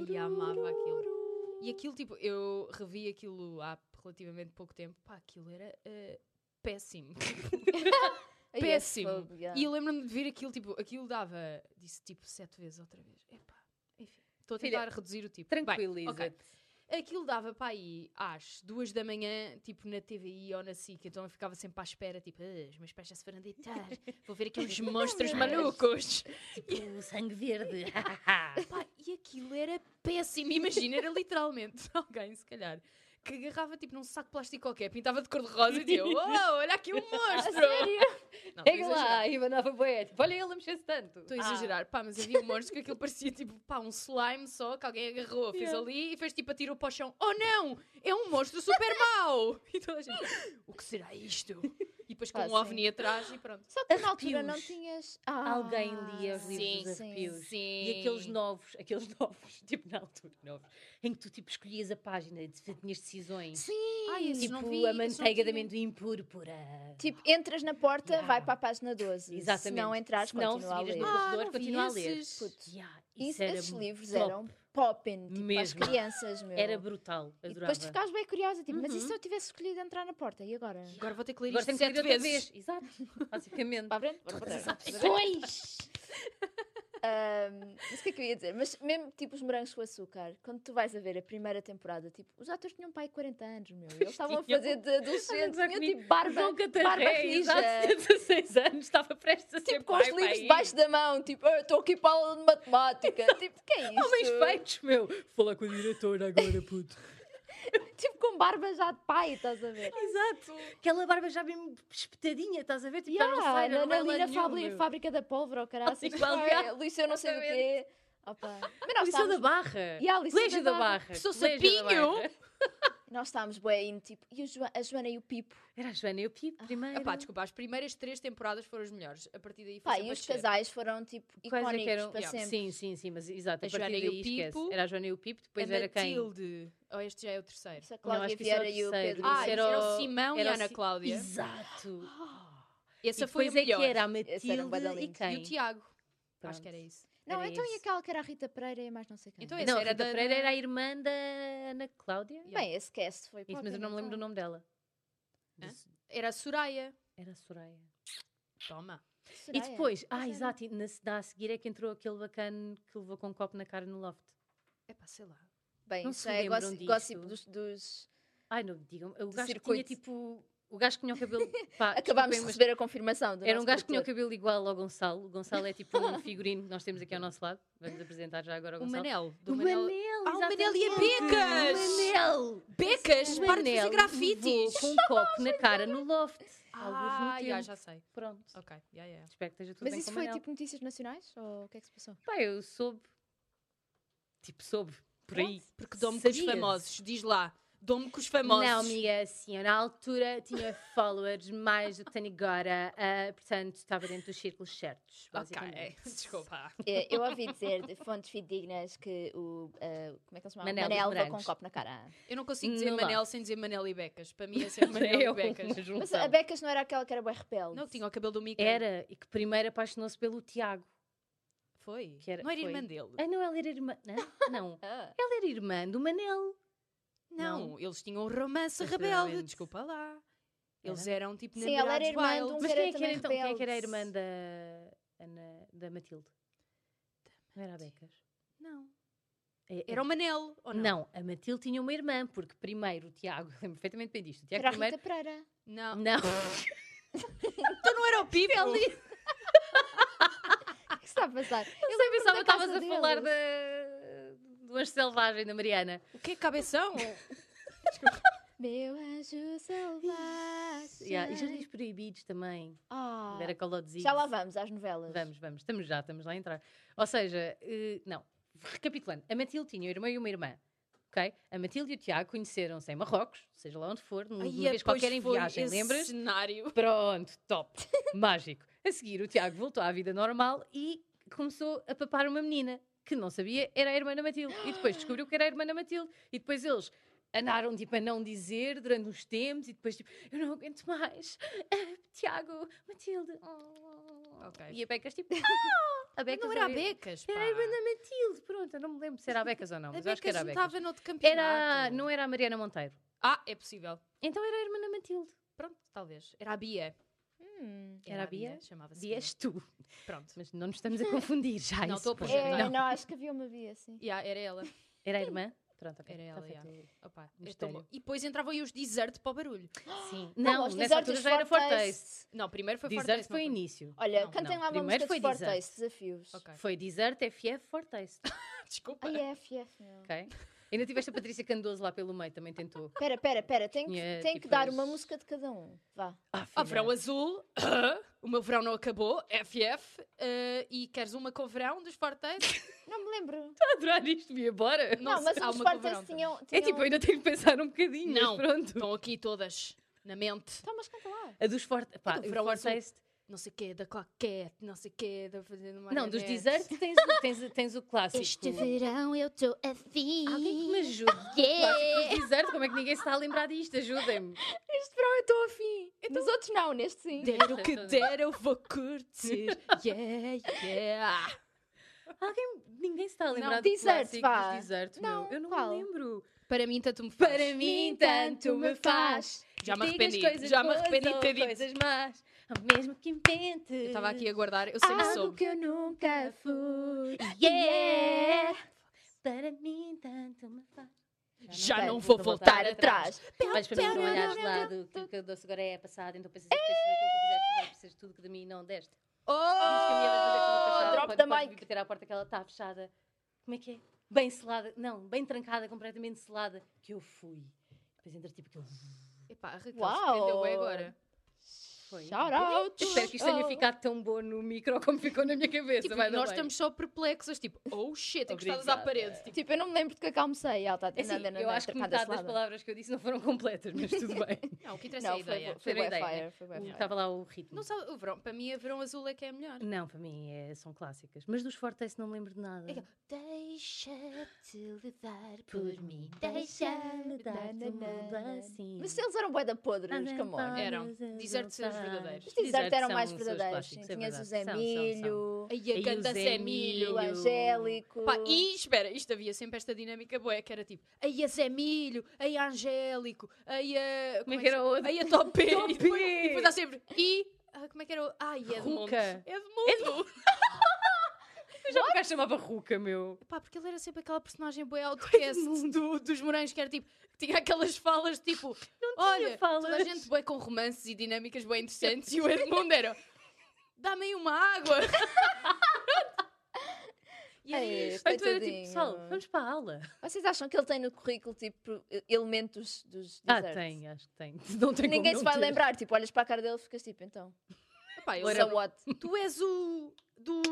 Speaker 3: não.
Speaker 1: Ai, amava aquilo. E aquilo, tipo, eu revi aquilo há relativamente pouco tempo. Pá, aquilo era eh, péssimo.
Speaker 2: Ai, esse
Speaker 1: péssimo.
Speaker 2: fogo, yeah.
Speaker 1: E eu lembro-me de ver aquilo, tipo, aquilo dava, disse tipo sete vezes outra vez. Epá, enfim, estou a
Speaker 3: Filha,
Speaker 1: tentar reduzir o tipo. Bem,
Speaker 3: Tranquiliza-te.
Speaker 1: ok. Aquilo dava para aí às duas da manhã, tipo na TVI ou na SIC, então eu ficava sempre à espera, tipo, "Ah, os meus pés já se foram deitar, vou ver aqueles monstros malucos.
Speaker 3: Tipo, sangue verde.
Speaker 1: Pá, e aquilo era péssimo, imagina, era literalmente alguém, se calhar, que agarrava tipo num saco de plástico qualquer, pintava de cor-de-rosa e dizia, uau, olha aqui um monstro! Não, estou a
Speaker 3: Pega
Speaker 1: exager-
Speaker 3: É lá, e mandava boé. Tipo, olha ele a mexer-se tanto.
Speaker 1: Estou a exagerar, pá, mas havia um monstro que aquilo parecia tipo, pá, um slime só que alguém agarrou, fez
Speaker 3: Yeah.
Speaker 1: ali e fez tipo, atirou para o chão. Oh não! É um monstro super mau! E toda a gente, o que será isto? E depois com
Speaker 2: Pá,
Speaker 1: um
Speaker 2: sim.
Speaker 1: ovni atrás e pronto.
Speaker 2: Só que tu na altura
Speaker 3: Arrepios.
Speaker 2: não tinhas. Ah,
Speaker 3: Alguém lia os
Speaker 1: sim,
Speaker 3: livros de
Speaker 2: sim.
Speaker 3: arrepios.
Speaker 1: Sim.
Speaker 3: Ah, E aqueles novos, aqueles novos, tipo na altura, novos, em que tu tipo escolhias a página e tinhas decisões.
Speaker 2: Sim!
Speaker 1: Ai, esses
Speaker 3: tipo,
Speaker 1: não vi,
Speaker 3: a
Speaker 1: esses não
Speaker 3: manteiga de
Speaker 1: tinha.
Speaker 3: amendoim púrpura.
Speaker 2: Tipo, entras na porta,
Speaker 3: Yeah.
Speaker 2: vai para a página 12. Se
Speaker 3: Exatamente.
Speaker 2: não entrares,
Speaker 3: Se não,
Speaker 2: continua a
Speaker 3: seguires
Speaker 2: ler.
Speaker 3: no-
Speaker 2: Ah,
Speaker 1: Ah,
Speaker 3: corredor,
Speaker 1: não vi
Speaker 3: continua a ler.
Speaker 1: esses.
Speaker 2: puto,
Speaker 3: Yeah,
Speaker 2: isso,
Speaker 3: isso era
Speaker 2: esses livros
Speaker 3: top.
Speaker 2: eram popping, tipo, para as
Speaker 3: Mesmo.
Speaker 2: crianças, meu.
Speaker 3: Era brutal,
Speaker 2: e
Speaker 3: adorava.
Speaker 2: depois tu ficavas bem curiosa, tipo, mas e
Speaker 3: Uhum.
Speaker 2: se eu tivesse escolhido entrar na porta? E agora?
Speaker 1: Agora vou ter que ler
Speaker 3: Agora
Speaker 1: isto
Speaker 3: tenho que
Speaker 1: sete
Speaker 3: ler outra
Speaker 1: vezes.
Speaker 3: vez. Exato, basicamente.
Speaker 2: Para a frente? Para
Speaker 3: Todas as
Speaker 2: trás.
Speaker 3: opções.
Speaker 2: Ahm, Mas o que é que eu ia dizer? Mas mesmo tipo os morangos com açúcar, quando tu vais a ver a primeira temporada, tipo, os atores tinham pai de 40 anos, meu. Eles estavam a
Speaker 3: tinham.
Speaker 2: fazer de adolescentes,
Speaker 3: Olha,
Speaker 2: tinham
Speaker 3: comigo.
Speaker 2: tipo barba,
Speaker 3: João
Speaker 2: barba
Speaker 3: Catarré,
Speaker 2: rija.
Speaker 3: exato, 16 anos, estava prestes a ser
Speaker 2: Tipo, com
Speaker 3: pai,
Speaker 2: os livros
Speaker 3: pai.
Speaker 2: debaixo da mão, tipo, "Ah, estou aqui para a aula de matemática. tipo, que é isso?
Speaker 3: Homens feitos, meu. Vou falar com o diretor agora, puto.
Speaker 2: Tipo, com barba já de pai, estás a ver?
Speaker 3: Exato. Aquela barba já bem espetadinha, estás a ver? Tipo, já não sai,
Speaker 2: Yeah,
Speaker 3: não
Speaker 2: na,
Speaker 3: vai
Speaker 2: na
Speaker 3: lá
Speaker 2: Lina
Speaker 3: nenhum,
Speaker 2: Fábri-
Speaker 3: meu.
Speaker 2: Fábrica da Pólvora, o caralho.
Speaker 3: Sim, yeah.
Speaker 2: Luís, eu não sei do quê. Opa. Mas nós
Speaker 3: Liceu da
Speaker 2: estávamos,
Speaker 3: Barra.
Speaker 2: Yeah, Liceu
Speaker 3: Colégio
Speaker 2: da
Speaker 3: da
Speaker 2: Barra.
Speaker 3: Barra.
Speaker 1: Sou
Speaker 3: Colégio da
Speaker 1: sapinho.
Speaker 3: Barra.
Speaker 2: nós estávamos bem, indo, tipo, e o Joa- a Joana e o Pipo.
Speaker 3: Era a Joana e o Pipo, primeiro.
Speaker 1: Ah, Epá, desculpa, as primeiras três temporadas foram as melhores. A partir daí foi
Speaker 2: Pá,
Speaker 1: sempre
Speaker 2: e
Speaker 1: a
Speaker 2: os
Speaker 1: descer.
Speaker 2: casais foram, tipo,
Speaker 3: Quais é
Speaker 2: icónicos
Speaker 3: que eram?
Speaker 2: para
Speaker 1: Yeah,
Speaker 2: sempre.
Speaker 3: Sim, sim, sim, mas exato. A,
Speaker 1: A
Speaker 3: partir
Speaker 1: Joana e o
Speaker 3: daí esquece.
Speaker 1: Pipo.
Speaker 3: Era a Joana e o Pipo, depois
Speaker 1: a
Speaker 3: era quem?
Speaker 1: Matilde. Oh, este já é o terceiro.
Speaker 2: Isso, a
Speaker 3: Não,
Speaker 2: Cláudia
Speaker 3: acho que isso era o
Speaker 2: Vieira e o
Speaker 3: terceiro.
Speaker 2: Pedro.
Speaker 3: Isso
Speaker 1: Ah,
Speaker 2: Luís.
Speaker 1: esse era o Simão e
Speaker 3: era
Speaker 1: a
Speaker 3: o
Speaker 1: Ana
Speaker 3: Si-
Speaker 1: Cláudia.
Speaker 3: Exato.
Speaker 1: Ah, Essa
Speaker 3: E
Speaker 1: foi a
Speaker 3: depois é
Speaker 1: melhor.
Speaker 3: que era a
Speaker 2: Esse era um bué da
Speaker 3: Matilde e
Speaker 2: lindo.
Speaker 3: quem?
Speaker 1: E o Tiago. Acho
Speaker 3: Pronto.
Speaker 1: que era isso.
Speaker 2: Não,
Speaker 3: Era
Speaker 2: então e
Speaker 3: esse.
Speaker 2: aquela que era a Rita Pereira e mais não sei quem.
Speaker 1: Então esse
Speaker 3: Não,
Speaker 1: era
Speaker 3: Rita
Speaker 1: da-
Speaker 3: Pereira
Speaker 1: da-
Speaker 3: era a irmã da Ana Cláudia.
Speaker 2: Bem, esse cast foi então.
Speaker 3: Isso, mas eu não me lembro do nome dela.
Speaker 1: Hã?
Speaker 3: Desse-
Speaker 1: Era a Soraya.
Speaker 3: Era a Soraya.
Speaker 1: Toma.
Speaker 2: Soraya.
Speaker 3: E depois, ah,
Speaker 2: era.
Speaker 3: exato, e na, na a seguir é que entrou aquele bacana que levou com um copo na cara no loft.
Speaker 1: É pá, sei lá.
Speaker 2: Bem,
Speaker 3: não
Speaker 2: isso
Speaker 3: se
Speaker 2: é
Speaker 3: lembram
Speaker 2: gossip,
Speaker 3: disto?
Speaker 2: gossip dos... dos...
Speaker 3: Ai, não, digam o gajo que tinha
Speaker 2: circuito.
Speaker 3: tipo. O gajo que tinha o cabelo. pá,
Speaker 2: Acabámos
Speaker 3: Ah, desculpem,
Speaker 2: de
Speaker 3: mas
Speaker 2: receber a confirmação do
Speaker 3: Era um
Speaker 2: nosso
Speaker 3: gajo que tinha o
Speaker 2: produtor.
Speaker 3: cabelo igual ao Gonçalo. O Gonçalo é tipo um figurino que nós temos aqui ao nosso lado. Vamos apresentar já agora o
Speaker 1: O
Speaker 3: Gonçalo.
Speaker 1: Manel.
Speaker 3: O
Speaker 1: Do Manel. Ah, o Manel e a Becas!
Speaker 3: O Manel!
Speaker 1: Becas, para de fazer
Speaker 3: Manel
Speaker 1: grafites!
Speaker 3: levou Com um copo na cara no loft. Alguns
Speaker 1: Ah,
Speaker 3: no
Speaker 1: já,
Speaker 3: tempo.
Speaker 1: já sei.
Speaker 3: Pronto.
Speaker 1: Ok, já, já, já.
Speaker 3: Espero que esteja tudo
Speaker 2: Mas
Speaker 3: bem
Speaker 2: isso
Speaker 3: com o
Speaker 2: foi
Speaker 3: Manel.
Speaker 2: tipo notícias nacionais? Ou o que é que se passou?
Speaker 3: Pá, eu soube. Tipo, soube. Por aí.
Speaker 1: Porque dou-me com os
Speaker 3: Sabias?
Speaker 1: famosos. Diz lá. Dou-me com os famosos.
Speaker 3: Não, amiga, assim, eu na altura tinha followers mais do que tenho agora, ah, portanto estava dentro dos círculos certos.
Speaker 1: Ok,
Speaker 3: basicamente.
Speaker 1: desculpa.
Speaker 2: Eh, Eu ouvi dizer de fontes fidedignas que o. eh, como é que ele se chama?
Speaker 3: Manel
Speaker 2: Manel, levou
Speaker 3: dos
Speaker 2: com um
Speaker 3: Brancos.
Speaker 2: copo na cara.
Speaker 1: Eu não consigo dizer
Speaker 3: Não dá.
Speaker 1: Manel sem dizer Manel e Becas. Para mim é sempre Manel
Speaker 3: Eu,
Speaker 1: e Becas.
Speaker 3: uma
Speaker 2: Mas
Speaker 3: junção.
Speaker 2: a Becas não era aquela que era bem rebelde.
Speaker 1: Não, que tinha o cabelo do Mickey.
Speaker 3: Era, e que primeiro apaixonou-se pelo Tiago.
Speaker 1: Foi. Ah,
Speaker 3: Que era-
Speaker 1: não era
Speaker 3: foi.
Speaker 1: irmã dele.
Speaker 3: Ai, Ah, não, ela era irmã. Não, não.
Speaker 2: Ah.
Speaker 3: Ela era irmã do Manel.
Speaker 1: Não, eles tinham um romance
Speaker 3: Mas
Speaker 1: rebelde.
Speaker 3: realmente-
Speaker 1: Desculpa lá. Eles eram tipo
Speaker 2: Sim, ela era
Speaker 1: namorados
Speaker 2: irmã de
Speaker 1: wild.
Speaker 2: um
Speaker 3: Mas
Speaker 2: era
Speaker 3: quem é que era
Speaker 2: também
Speaker 3: então? Quem é que era a
Speaker 2: rebelde.
Speaker 3: irmã da, Ana, da Matilde? Não era a Becas?
Speaker 1: Não.
Speaker 3: É-
Speaker 1: Era o Manel, ou não?
Speaker 3: Não, a Matilde tinha uma irmã, porque primeiro o Tiago, lembro perfeitamente bem disto, o Tiago
Speaker 2: Era a
Speaker 3: primeiro.
Speaker 2: Rita Pereira.
Speaker 1: Não.
Speaker 3: Não.
Speaker 1: Então não era o Pipo?
Speaker 2: está a passar?
Speaker 3: Eu nem pensava que
Speaker 2: da casa
Speaker 3: estavas a falar
Speaker 2: deles.
Speaker 3: da... do anjo selvagem da Mariana.
Speaker 1: O que é cabeção?
Speaker 2: Meu anjo selvagem.
Speaker 3: Yeah, e Jardins Proibidos também.
Speaker 2: é. Ah,
Speaker 3: Vera Colodzinho.
Speaker 2: já lá vamos às novelas.
Speaker 3: Vamos, vamos, estamos já, estamos lá a entrar. Ou seja, eh, não, recapitulando, a Matilde tinha um irmão e uma irmã. ok? A Matilde e o Tiago conheceram-se em Marrocos, seja lá onde for, num-
Speaker 1: Ai,
Speaker 3: numa
Speaker 1: pois
Speaker 3: vez qualquer em
Speaker 1: foi
Speaker 3: viagem,
Speaker 1: esse
Speaker 3: lembras?
Speaker 1: cenário.
Speaker 3: Pronto, top, mágico. A seguir, o Tiago voltou à vida normal e começou a papar uma menina que não sabia era a irmã da Matilde. E depois descobriu que era a irmã da Matilde. E depois eles andaram tipo, a não dizer durante uns tempos e depois tipo, eu não aguento mais. Ah, Tiago, Matilde. oh.
Speaker 1: Ok.
Speaker 3: E a Becas tipo, "Ah!" a Becas
Speaker 1: não era a
Speaker 3: olha-
Speaker 1: Becas, pá.
Speaker 3: Era a irmã da Matilde, pronto, eu não me lembro se era a Becas ou não, mas eu acho que era a
Speaker 1: não
Speaker 3: Becas.
Speaker 1: estava noutro campeonato.
Speaker 3: Era, não é- era a Mariana Monteiro.
Speaker 1: Ah, é possível.
Speaker 3: Então era a irmã da Matilde.
Speaker 1: Pronto, talvez. Era a Bia.
Speaker 2: Hum.
Speaker 3: Era a Bia?
Speaker 1: Chamava-se Bia.
Speaker 3: Dias tu.
Speaker 1: Pronto.
Speaker 3: Mas não nos estamos a confundir já.
Speaker 1: Não,
Speaker 3: isso,
Speaker 1: estou a
Speaker 3: pronto.
Speaker 1: puxar,
Speaker 2: É,
Speaker 1: não.
Speaker 2: não. acho que havia uma via assim.
Speaker 1: Yeah, era ela.
Speaker 3: Era a irmã? Pronto, ok.
Speaker 1: Era
Speaker 3: tá
Speaker 1: ela,
Speaker 3: feito.
Speaker 1: Opa, eu
Speaker 3: Mistério.
Speaker 1: tomo- Então, E depois entravam aí os desert para o barulho.
Speaker 3: Sim. Não,
Speaker 2: os
Speaker 3: nessa
Speaker 2: desertos
Speaker 3: altura já era Fortaste.
Speaker 2: Fortaste.
Speaker 1: Não, primeiro foi Forte
Speaker 3: Desert
Speaker 1: Taste,
Speaker 3: foi o
Speaker 1: não
Speaker 3: início.
Speaker 2: Olha,
Speaker 1: Não,
Speaker 2: cantem
Speaker 1: não.
Speaker 2: lá uma
Speaker 3: Primeiro
Speaker 2: música
Speaker 3: foi
Speaker 2: de Fortaste,
Speaker 3: Desastre.
Speaker 2: desafios.
Speaker 1: Ok.
Speaker 3: Foi Desert, FF, Fortaste.
Speaker 1: Desculpa.
Speaker 2: Ai, FF, meu.
Speaker 3: Ok? Ainda tiveste a Patrícia Candoso lá pelo meio, também tentou.
Speaker 2: Pera, pera, pera, tem que,
Speaker 3: Tinha,
Speaker 2: tem que
Speaker 3: tipo,
Speaker 2: dar
Speaker 3: as-
Speaker 2: uma música de cada um. Vá.
Speaker 3: Ah,
Speaker 1: Ah,
Speaker 3: filha.
Speaker 1: verão azul. o meu verão não acabou. FF. eh, e queres uma com o verão dos Fortes?
Speaker 2: Não me lembro.
Speaker 3: adorar isto, me embora.
Speaker 2: Não, mas
Speaker 1: há
Speaker 2: os
Speaker 1: uma com o verão
Speaker 2: Fortaste
Speaker 1: também.
Speaker 2: tinham,
Speaker 3: É
Speaker 2: tinham.
Speaker 3: tipo, eu ainda tenho que pensar um bocadinho, mas
Speaker 1: Não.
Speaker 3: pronto.
Speaker 1: Estão aqui todas na mente.
Speaker 2: Então, mas canta lá.
Speaker 3: Então, A dos Fortaste.
Speaker 1: É
Speaker 3: Pá,
Speaker 1: do
Speaker 3: o
Speaker 1: verão azul.
Speaker 3: Fortaste.
Speaker 1: Não sei o quê, da claquete, não sei o quê, da fazendo uma.
Speaker 3: Não, dos Desert tens, tens, tens o clássico.
Speaker 2: verão eu estou a fim.
Speaker 3: Alguém que me ajude. Clássico dos Desert, como é que ninguém se está a lembrar disto? Ajudem-me.
Speaker 2: Este verão eu estou a fim.
Speaker 3: Então-
Speaker 2: Nos outros não, neste sim.
Speaker 1: Der o que der, eu vou curtir. Yeah, yeah.
Speaker 3: Alguém, ninguém se está a lembrar
Speaker 2: Não,
Speaker 3: do
Speaker 2: desert,
Speaker 3: clássico
Speaker 2: vá.
Speaker 3: dos desertos,
Speaker 2: Não,
Speaker 3: meu. Eu não
Speaker 2: qual?
Speaker 3: me lembro.
Speaker 1: Para mim, tanto me faz.
Speaker 3: Para mim, tanto me faz.
Speaker 1: Já me
Speaker 3: Diga as
Speaker 1: arrependi,
Speaker 3: coisas
Speaker 1: já me
Speaker 3: boas
Speaker 1: arrependi de
Speaker 3: ou
Speaker 1: ter dito.
Speaker 3: coisas más, ao mesmo que invente.
Speaker 1: Eu estava aqui a guardar, eu sempre
Speaker 2: Algo
Speaker 1: soube.
Speaker 2: que eu nunca fui.
Speaker 3: Yeah! Para mim, tanto me faz.
Speaker 1: Já
Speaker 2: Bem,
Speaker 1: não
Speaker 3: vou
Speaker 1: vou
Speaker 3: voltar
Speaker 1: voltar,
Speaker 2: Para
Speaker 1: atrás.
Speaker 2: trás.
Speaker 3: Mas para mim, não
Speaker 2: Pera,
Speaker 3: olhares de
Speaker 2: pera,
Speaker 3: lado, que o que eu doce agora é passado, então pensas que pensas naquilo que fizeste, vai precisas de tudo que de mim não deste. Diz que a minha vez não deixa ela
Speaker 1: Oh!
Speaker 3: passar,
Speaker 2: drop
Speaker 3: pode-
Speaker 2: the
Speaker 3: pode
Speaker 2: mic.
Speaker 3: bater à porta que ela está fechada. Como é que é? Bem selada, não, bem trancada, completamente selada, que eu fui. Depois entra tipo aquele...
Speaker 1: Epá, a Raquel
Speaker 2: Uau!
Speaker 1: surpreendeu bem agora.
Speaker 3: Foi.
Speaker 2: Shout out.
Speaker 3: Eu Espero que isto tenha
Speaker 2: Oh.
Speaker 3: ficado tão bom no micro como ficou na minha cabeça.
Speaker 1: Tipo,
Speaker 3: vai
Speaker 1: nós
Speaker 3: dar bem.
Speaker 1: estamos só perplexas, tipo, oh shit, encostadas à
Speaker 3: Obrigada.
Speaker 1: parede. Tipo,
Speaker 2: Tipo, eu não me lembro de que é que almocei. Ela está
Speaker 3: É assim, eu acho que metade das palavras que eu disse não foram completas, mas tudo bem.
Speaker 1: não, o que interessa é
Speaker 2: Não,
Speaker 1: a
Speaker 2: foi,
Speaker 1: ideia.
Speaker 2: foi
Speaker 3: Era a
Speaker 2: bué
Speaker 3: ideia,
Speaker 2: fire,
Speaker 3: né?
Speaker 2: foi bué
Speaker 3: O-
Speaker 2: fire.
Speaker 3: Estava lá o ritmo.
Speaker 1: Não sabe, o verão, para mim, a verão azul é que é a melhor.
Speaker 3: Não, para mim é- são clássicas. Mas dos Fortes não lembro de nada.
Speaker 1: É que-
Speaker 2: Deixa-te levar
Speaker 3: Por mim,
Speaker 2: deixa-me
Speaker 3: deixa-me dar-te um mundo assim.
Speaker 2: Mas eles eram bué da podre, os
Speaker 1: pá.
Speaker 2: camões.
Speaker 1: Eram. Desert são os verdadeiros.
Speaker 2: Os desertos eram mais
Speaker 3: É, são os seus
Speaker 2: verdadeiros.
Speaker 3: clássicos,
Speaker 2: sim.
Speaker 3: é
Speaker 2: Tinhas o
Speaker 3: verdade.
Speaker 2: Zé
Speaker 3: São, são, são.
Speaker 2: Milho,
Speaker 1: Aí a
Speaker 3: Aí o
Speaker 1: canta
Speaker 3: Zé
Speaker 1: Zé
Speaker 3: Milho.
Speaker 1: Milho. é
Speaker 2: o Angélico.
Speaker 1: Pá, e espera, isto havia sempre esta dinâmica boa que era tipo, aí a Zé Milho, aí a Angélico, aí a.
Speaker 3: Como é que era o outro?
Speaker 1: Aí a Topé.
Speaker 3: Topé.
Speaker 1: E depois- e depois há sempre. E. ah, como é que era o. Ai, Edmundo.
Speaker 3: Ruca. É
Speaker 1: Edmundo.
Speaker 3: Eu já o gajo chamava Ruca, meu.
Speaker 1: Pá, porque ele era sempre aquela personagem boa outcast do, dos Morangos que era tipo. que Tinha aquelas falas tipo, olha, toda a
Speaker 3: falas.
Speaker 1: gente boa com romances e dinâmicas bem interessantes e o Edmundo era, dá-me aí uma água.
Speaker 2: E aí,
Speaker 3: Então era tipo,
Speaker 2: É, coitadinho.
Speaker 3: pessoal, vamos para a aula.
Speaker 2: Vocês acham que ele tem no currículo, tipo, elementos dos
Speaker 3: Ah,
Speaker 2: desertos?
Speaker 3: tem, acho que tem. Não tem
Speaker 2: Que ninguém
Speaker 3: como
Speaker 2: se
Speaker 3: não
Speaker 2: vai
Speaker 3: ter.
Speaker 2: lembrar. Tipo, olhas para a cara dele e ficas tipo, então.
Speaker 1: Epá, eu
Speaker 3: Ora
Speaker 1: sou-
Speaker 2: So what?
Speaker 1: tu és o do...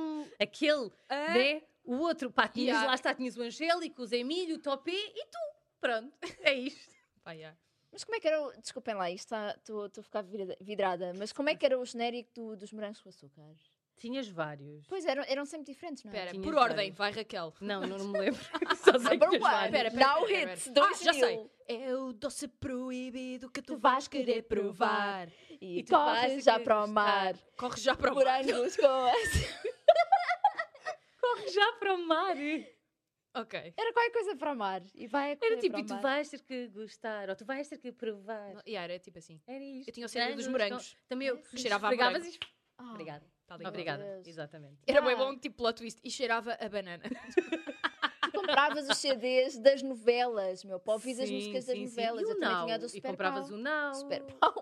Speaker 3: Aquele,
Speaker 1: Ah,
Speaker 3: né? O outro, pá, tinhas,
Speaker 1: Yeah.
Speaker 3: lá está, tinhas o Angélico, o Zé Emílio, o Topé e tu. Pronto, é isto.
Speaker 1: pá, yeah.
Speaker 2: Mas como é que era o. Desculpem lá, isto está- estou estou a ficar virada- vidrada. Mas como é que era o genérico do- dos morangos com açúcar?
Speaker 3: Tinhas vários.
Speaker 2: Pois eram, eram sempre diferentes, não é?
Speaker 1: Espera,
Speaker 3: Tinhas
Speaker 1: por ordem,
Speaker 3: vários.
Speaker 1: vai Raquel.
Speaker 3: Não, não, não me lembro. Ah, Só sei que
Speaker 2: Number
Speaker 3: tinhas
Speaker 2: one.
Speaker 3: vários.
Speaker 1: Espera, espera,
Speaker 2: Now
Speaker 1: espera,
Speaker 2: hits.
Speaker 1: espera.
Speaker 2: Dois
Speaker 1: Ah, já sei.
Speaker 2: mil.
Speaker 1: É o doce proibido que tu
Speaker 2: Tu
Speaker 1: vais querer provar.
Speaker 2: E,
Speaker 3: E tu
Speaker 2: corres
Speaker 3: vais
Speaker 2: já
Speaker 3: querer
Speaker 2: para o
Speaker 3: gostar.
Speaker 2: mar.
Speaker 1: Ah, Corre já para o mar.
Speaker 2: Morangos com açúcar.
Speaker 3: Corre já para o mar.
Speaker 1: Ok.
Speaker 2: Era qualquer coisa para o mar. E vai a correr
Speaker 3: Era tipo,
Speaker 2: para
Speaker 3: e
Speaker 2: o
Speaker 3: tu
Speaker 2: mar.
Speaker 3: vais ter que gostar, ou tu vais ter que provar.
Speaker 1: Não, yeah, era tipo assim.
Speaker 3: Era isto. então,
Speaker 1: Eu tinha o segredo dos
Speaker 3: Morangos,
Speaker 1: morangos.
Speaker 3: não- Também eu
Speaker 2: Sim.
Speaker 1: Cheirava a
Speaker 3: esfregavas
Speaker 1: morango.
Speaker 3: e-
Speaker 2: Ah,
Speaker 3: Obrigada.
Speaker 1: Tal e qual.
Speaker 3: Obrigada.
Speaker 2: Deus.
Speaker 3: Exatamente.
Speaker 1: tá Era
Speaker 2: Ah.
Speaker 1: bem bom, tipo plot twist. E cheirava a banana.
Speaker 2: Tu compravas os CDs das novelas, meu. Para ouvir as
Speaker 3: Sim,
Speaker 2: músicas das
Speaker 3: sim, sim.
Speaker 2: novelas.
Speaker 3: E o
Speaker 2: Eu também
Speaker 3: Now?
Speaker 2: tinha a do
Speaker 3: E
Speaker 2: Super
Speaker 3: compravas
Speaker 2: Pau.
Speaker 3: o Now.
Speaker 2: Super Pau.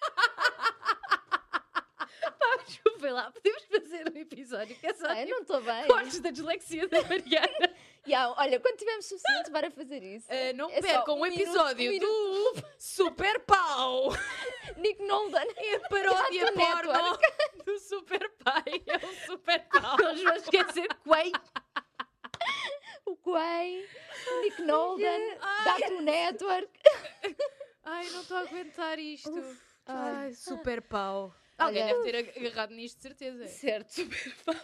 Speaker 3: Pá, Desculpa lá, podemos fazer um episódio que é só
Speaker 2: Ah, eu
Speaker 3: tipo,
Speaker 2: não estou bem.
Speaker 1: Cortes da dislexia da Mariana.
Speaker 2: Ya, olha, quando tivermos suficiente para fazer isso.
Speaker 1: Eh, não
Speaker 2: É só
Speaker 1: percam um,
Speaker 2: um minuto,
Speaker 1: episódio
Speaker 2: um
Speaker 1: do Super Pau.
Speaker 2: Nick Nolan.
Speaker 1: É a paródia
Speaker 2: Exato,
Speaker 1: porno do Super Pai. É o Super Pau.
Speaker 3: eles vão esquecer Quay.
Speaker 2: o Quay, o Nick Nolden, Dato Network.
Speaker 1: Ai, não estou a aguentar isto.
Speaker 2: ai.
Speaker 1: Ai, Super Pau. Alguém
Speaker 2: Olha.
Speaker 1: deve ter agarrado nisto, de certeza.
Speaker 3: Certo, super bom.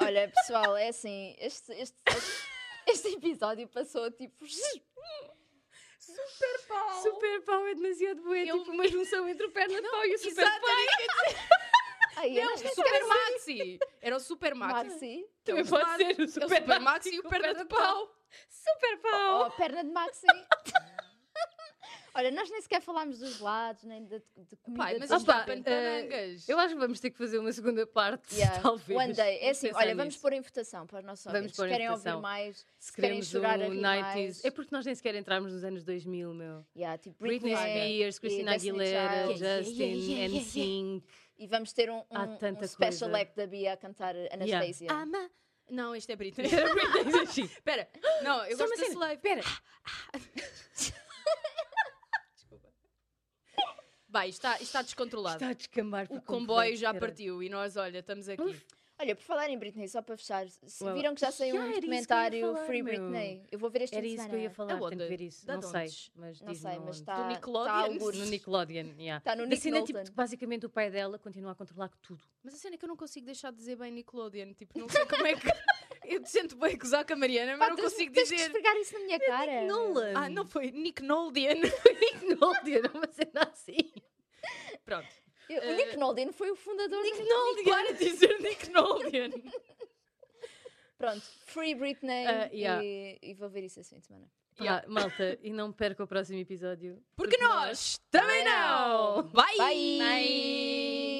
Speaker 2: Olha, pessoal, é assim, este, este, este, este episódio passou tipo.
Speaker 1: Super Pau é demasiado boa. É tipo uma junção entre o perna de pau e o Super Pai.
Speaker 2: Ai, eu
Speaker 1: Não, o é um Super Maxi. Era o Super Maxi.
Speaker 2: Maxi.
Speaker 1: Que é
Speaker 3: Também
Speaker 1: o
Speaker 3: pode
Speaker 1: Max.
Speaker 3: ser o
Speaker 1: É
Speaker 3: Super
Speaker 1: Super
Speaker 3: Maxi
Speaker 1: Maxi e o
Speaker 3: com
Speaker 1: perna de pau.
Speaker 3: Super bom.
Speaker 2: Oh, perna de Maxi. Olha, nós nem sequer falámos dos lados, nem de, de comida.
Speaker 1: Pai, mas
Speaker 2: de-
Speaker 3: Opa,
Speaker 1: isto é
Speaker 3: eh,
Speaker 1: pantanangas.
Speaker 3: Eu acho que vamos ter que fazer uma segunda parte,
Speaker 2: Yeah,
Speaker 3: talvez.
Speaker 2: One day. É
Speaker 1: Vamos
Speaker 2: assim,
Speaker 1: pensar
Speaker 2: olha, vamos
Speaker 1: nisso.
Speaker 2: pôr em votação para os nossos
Speaker 3: Vamos
Speaker 2: ouvintes.
Speaker 3: pôr
Speaker 2: Se
Speaker 3: em
Speaker 2: querem ouvir
Speaker 3: votação.
Speaker 2: mais,
Speaker 3: Se
Speaker 2: se querem
Speaker 3: queremos um
Speaker 2: chorar a rir
Speaker 3: 90s.
Speaker 2: mais.
Speaker 3: É porque nós nem sequer entramos nos anos 2000, meu.
Speaker 2: Yeah, tipo
Speaker 3: Britney Spears,
Speaker 2: e
Speaker 3: Christina
Speaker 2: Destiny
Speaker 3: Aguilera,
Speaker 2: Child.
Speaker 3: Justin,
Speaker 1: yeah, yeah, yeah.
Speaker 3: NSYNC.
Speaker 2: E vamos ter um,
Speaker 3: Há
Speaker 2: um,
Speaker 3: tanta
Speaker 2: um special
Speaker 3: coisa. Ah.
Speaker 2: act da Bia a cantar Anastasia.
Speaker 1: Ama. Não, este é Britney.
Speaker 3: Era Britney assim.
Speaker 1: Espera, não, eu gosto Ah,
Speaker 3: Só uma
Speaker 1: da
Speaker 3: cena.
Speaker 1: Slave.
Speaker 3: Espera.
Speaker 1: Vai, isto está, isto está descontrolado.
Speaker 3: Está a descambar por
Speaker 1: o comboio
Speaker 3: completo,
Speaker 1: já
Speaker 3: caralho.
Speaker 1: partiu e nós, olha, estamos aqui.
Speaker 2: Olha, por falar em Britney, só para fechar, se
Speaker 3: Uau.
Speaker 2: viram que já saiu
Speaker 3: Já, era
Speaker 2: um
Speaker 3: isso que eu ia
Speaker 2: documentário
Speaker 3: falar,
Speaker 2: Free
Speaker 3: meu.
Speaker 2: Britney? Eu vou ver este
Speaker 3: Era
Speaker 2: fim de
Speaker 3: isso que eu ia
Speaker 2: semana.
Speaker 3: falar, tenho
Speaker 1: Aonde?
Speaker 3: que ver isso.
Speaker 1: Da
Speaker 3: Não
Speaker 1: de
Speaker 3: sei,
Speaker 1: onde?
Speaker 3: mas
Speaker 2: Não
Speaker 3: diz
Speaker 2: sei, mas
Speaker 1: Do
Speaker 2: está
Speaker 1: Nickelodeon?
Speaker 3: No Nickelodeon, yeah.
Speaker 2: Tá no
Speaker 3: Da cena,
Speaker 2: Nickelodeon.
Speaker 3: tipo, que basicamente o pai dela continua a controlar tudo.
Speaker 1: Mas a cena é que eu não consigo deixar de dizer bem Nickelodeon. Tipo, não sei como é que. Eu te sinto bem a gozar com a Mariana, mas não consigo
Speaker 2: tens
Speaker 1: dizer.
Speaker 2: Tens que esfregar isso na minha cara.
Speaker 3: É. Nolan!
Speaker 1: Ah, não foi Nickelodeon.
Speaker 3: Nickelodeon, é uma cena assim.
Speaker 1: Pronto.
Speaker 2: Eu-
Speaker 1: Eh,
Speaker 2: O Nick Nolan foi o fundador do
Speaker 1: Nickelodeon. Para de dizer Nickelodeon.
Speaker 2: Pronto, Free Britney
Speaker 3: Ah, yeah.
Speaker 2: e, e vou ver isso esse fim de semana.
Speaker 3: Pá, Ah, malta, e não perca o próximo episódio.
Speaker 1: Porque nós também não. Bye!
Speaker 2: Bye.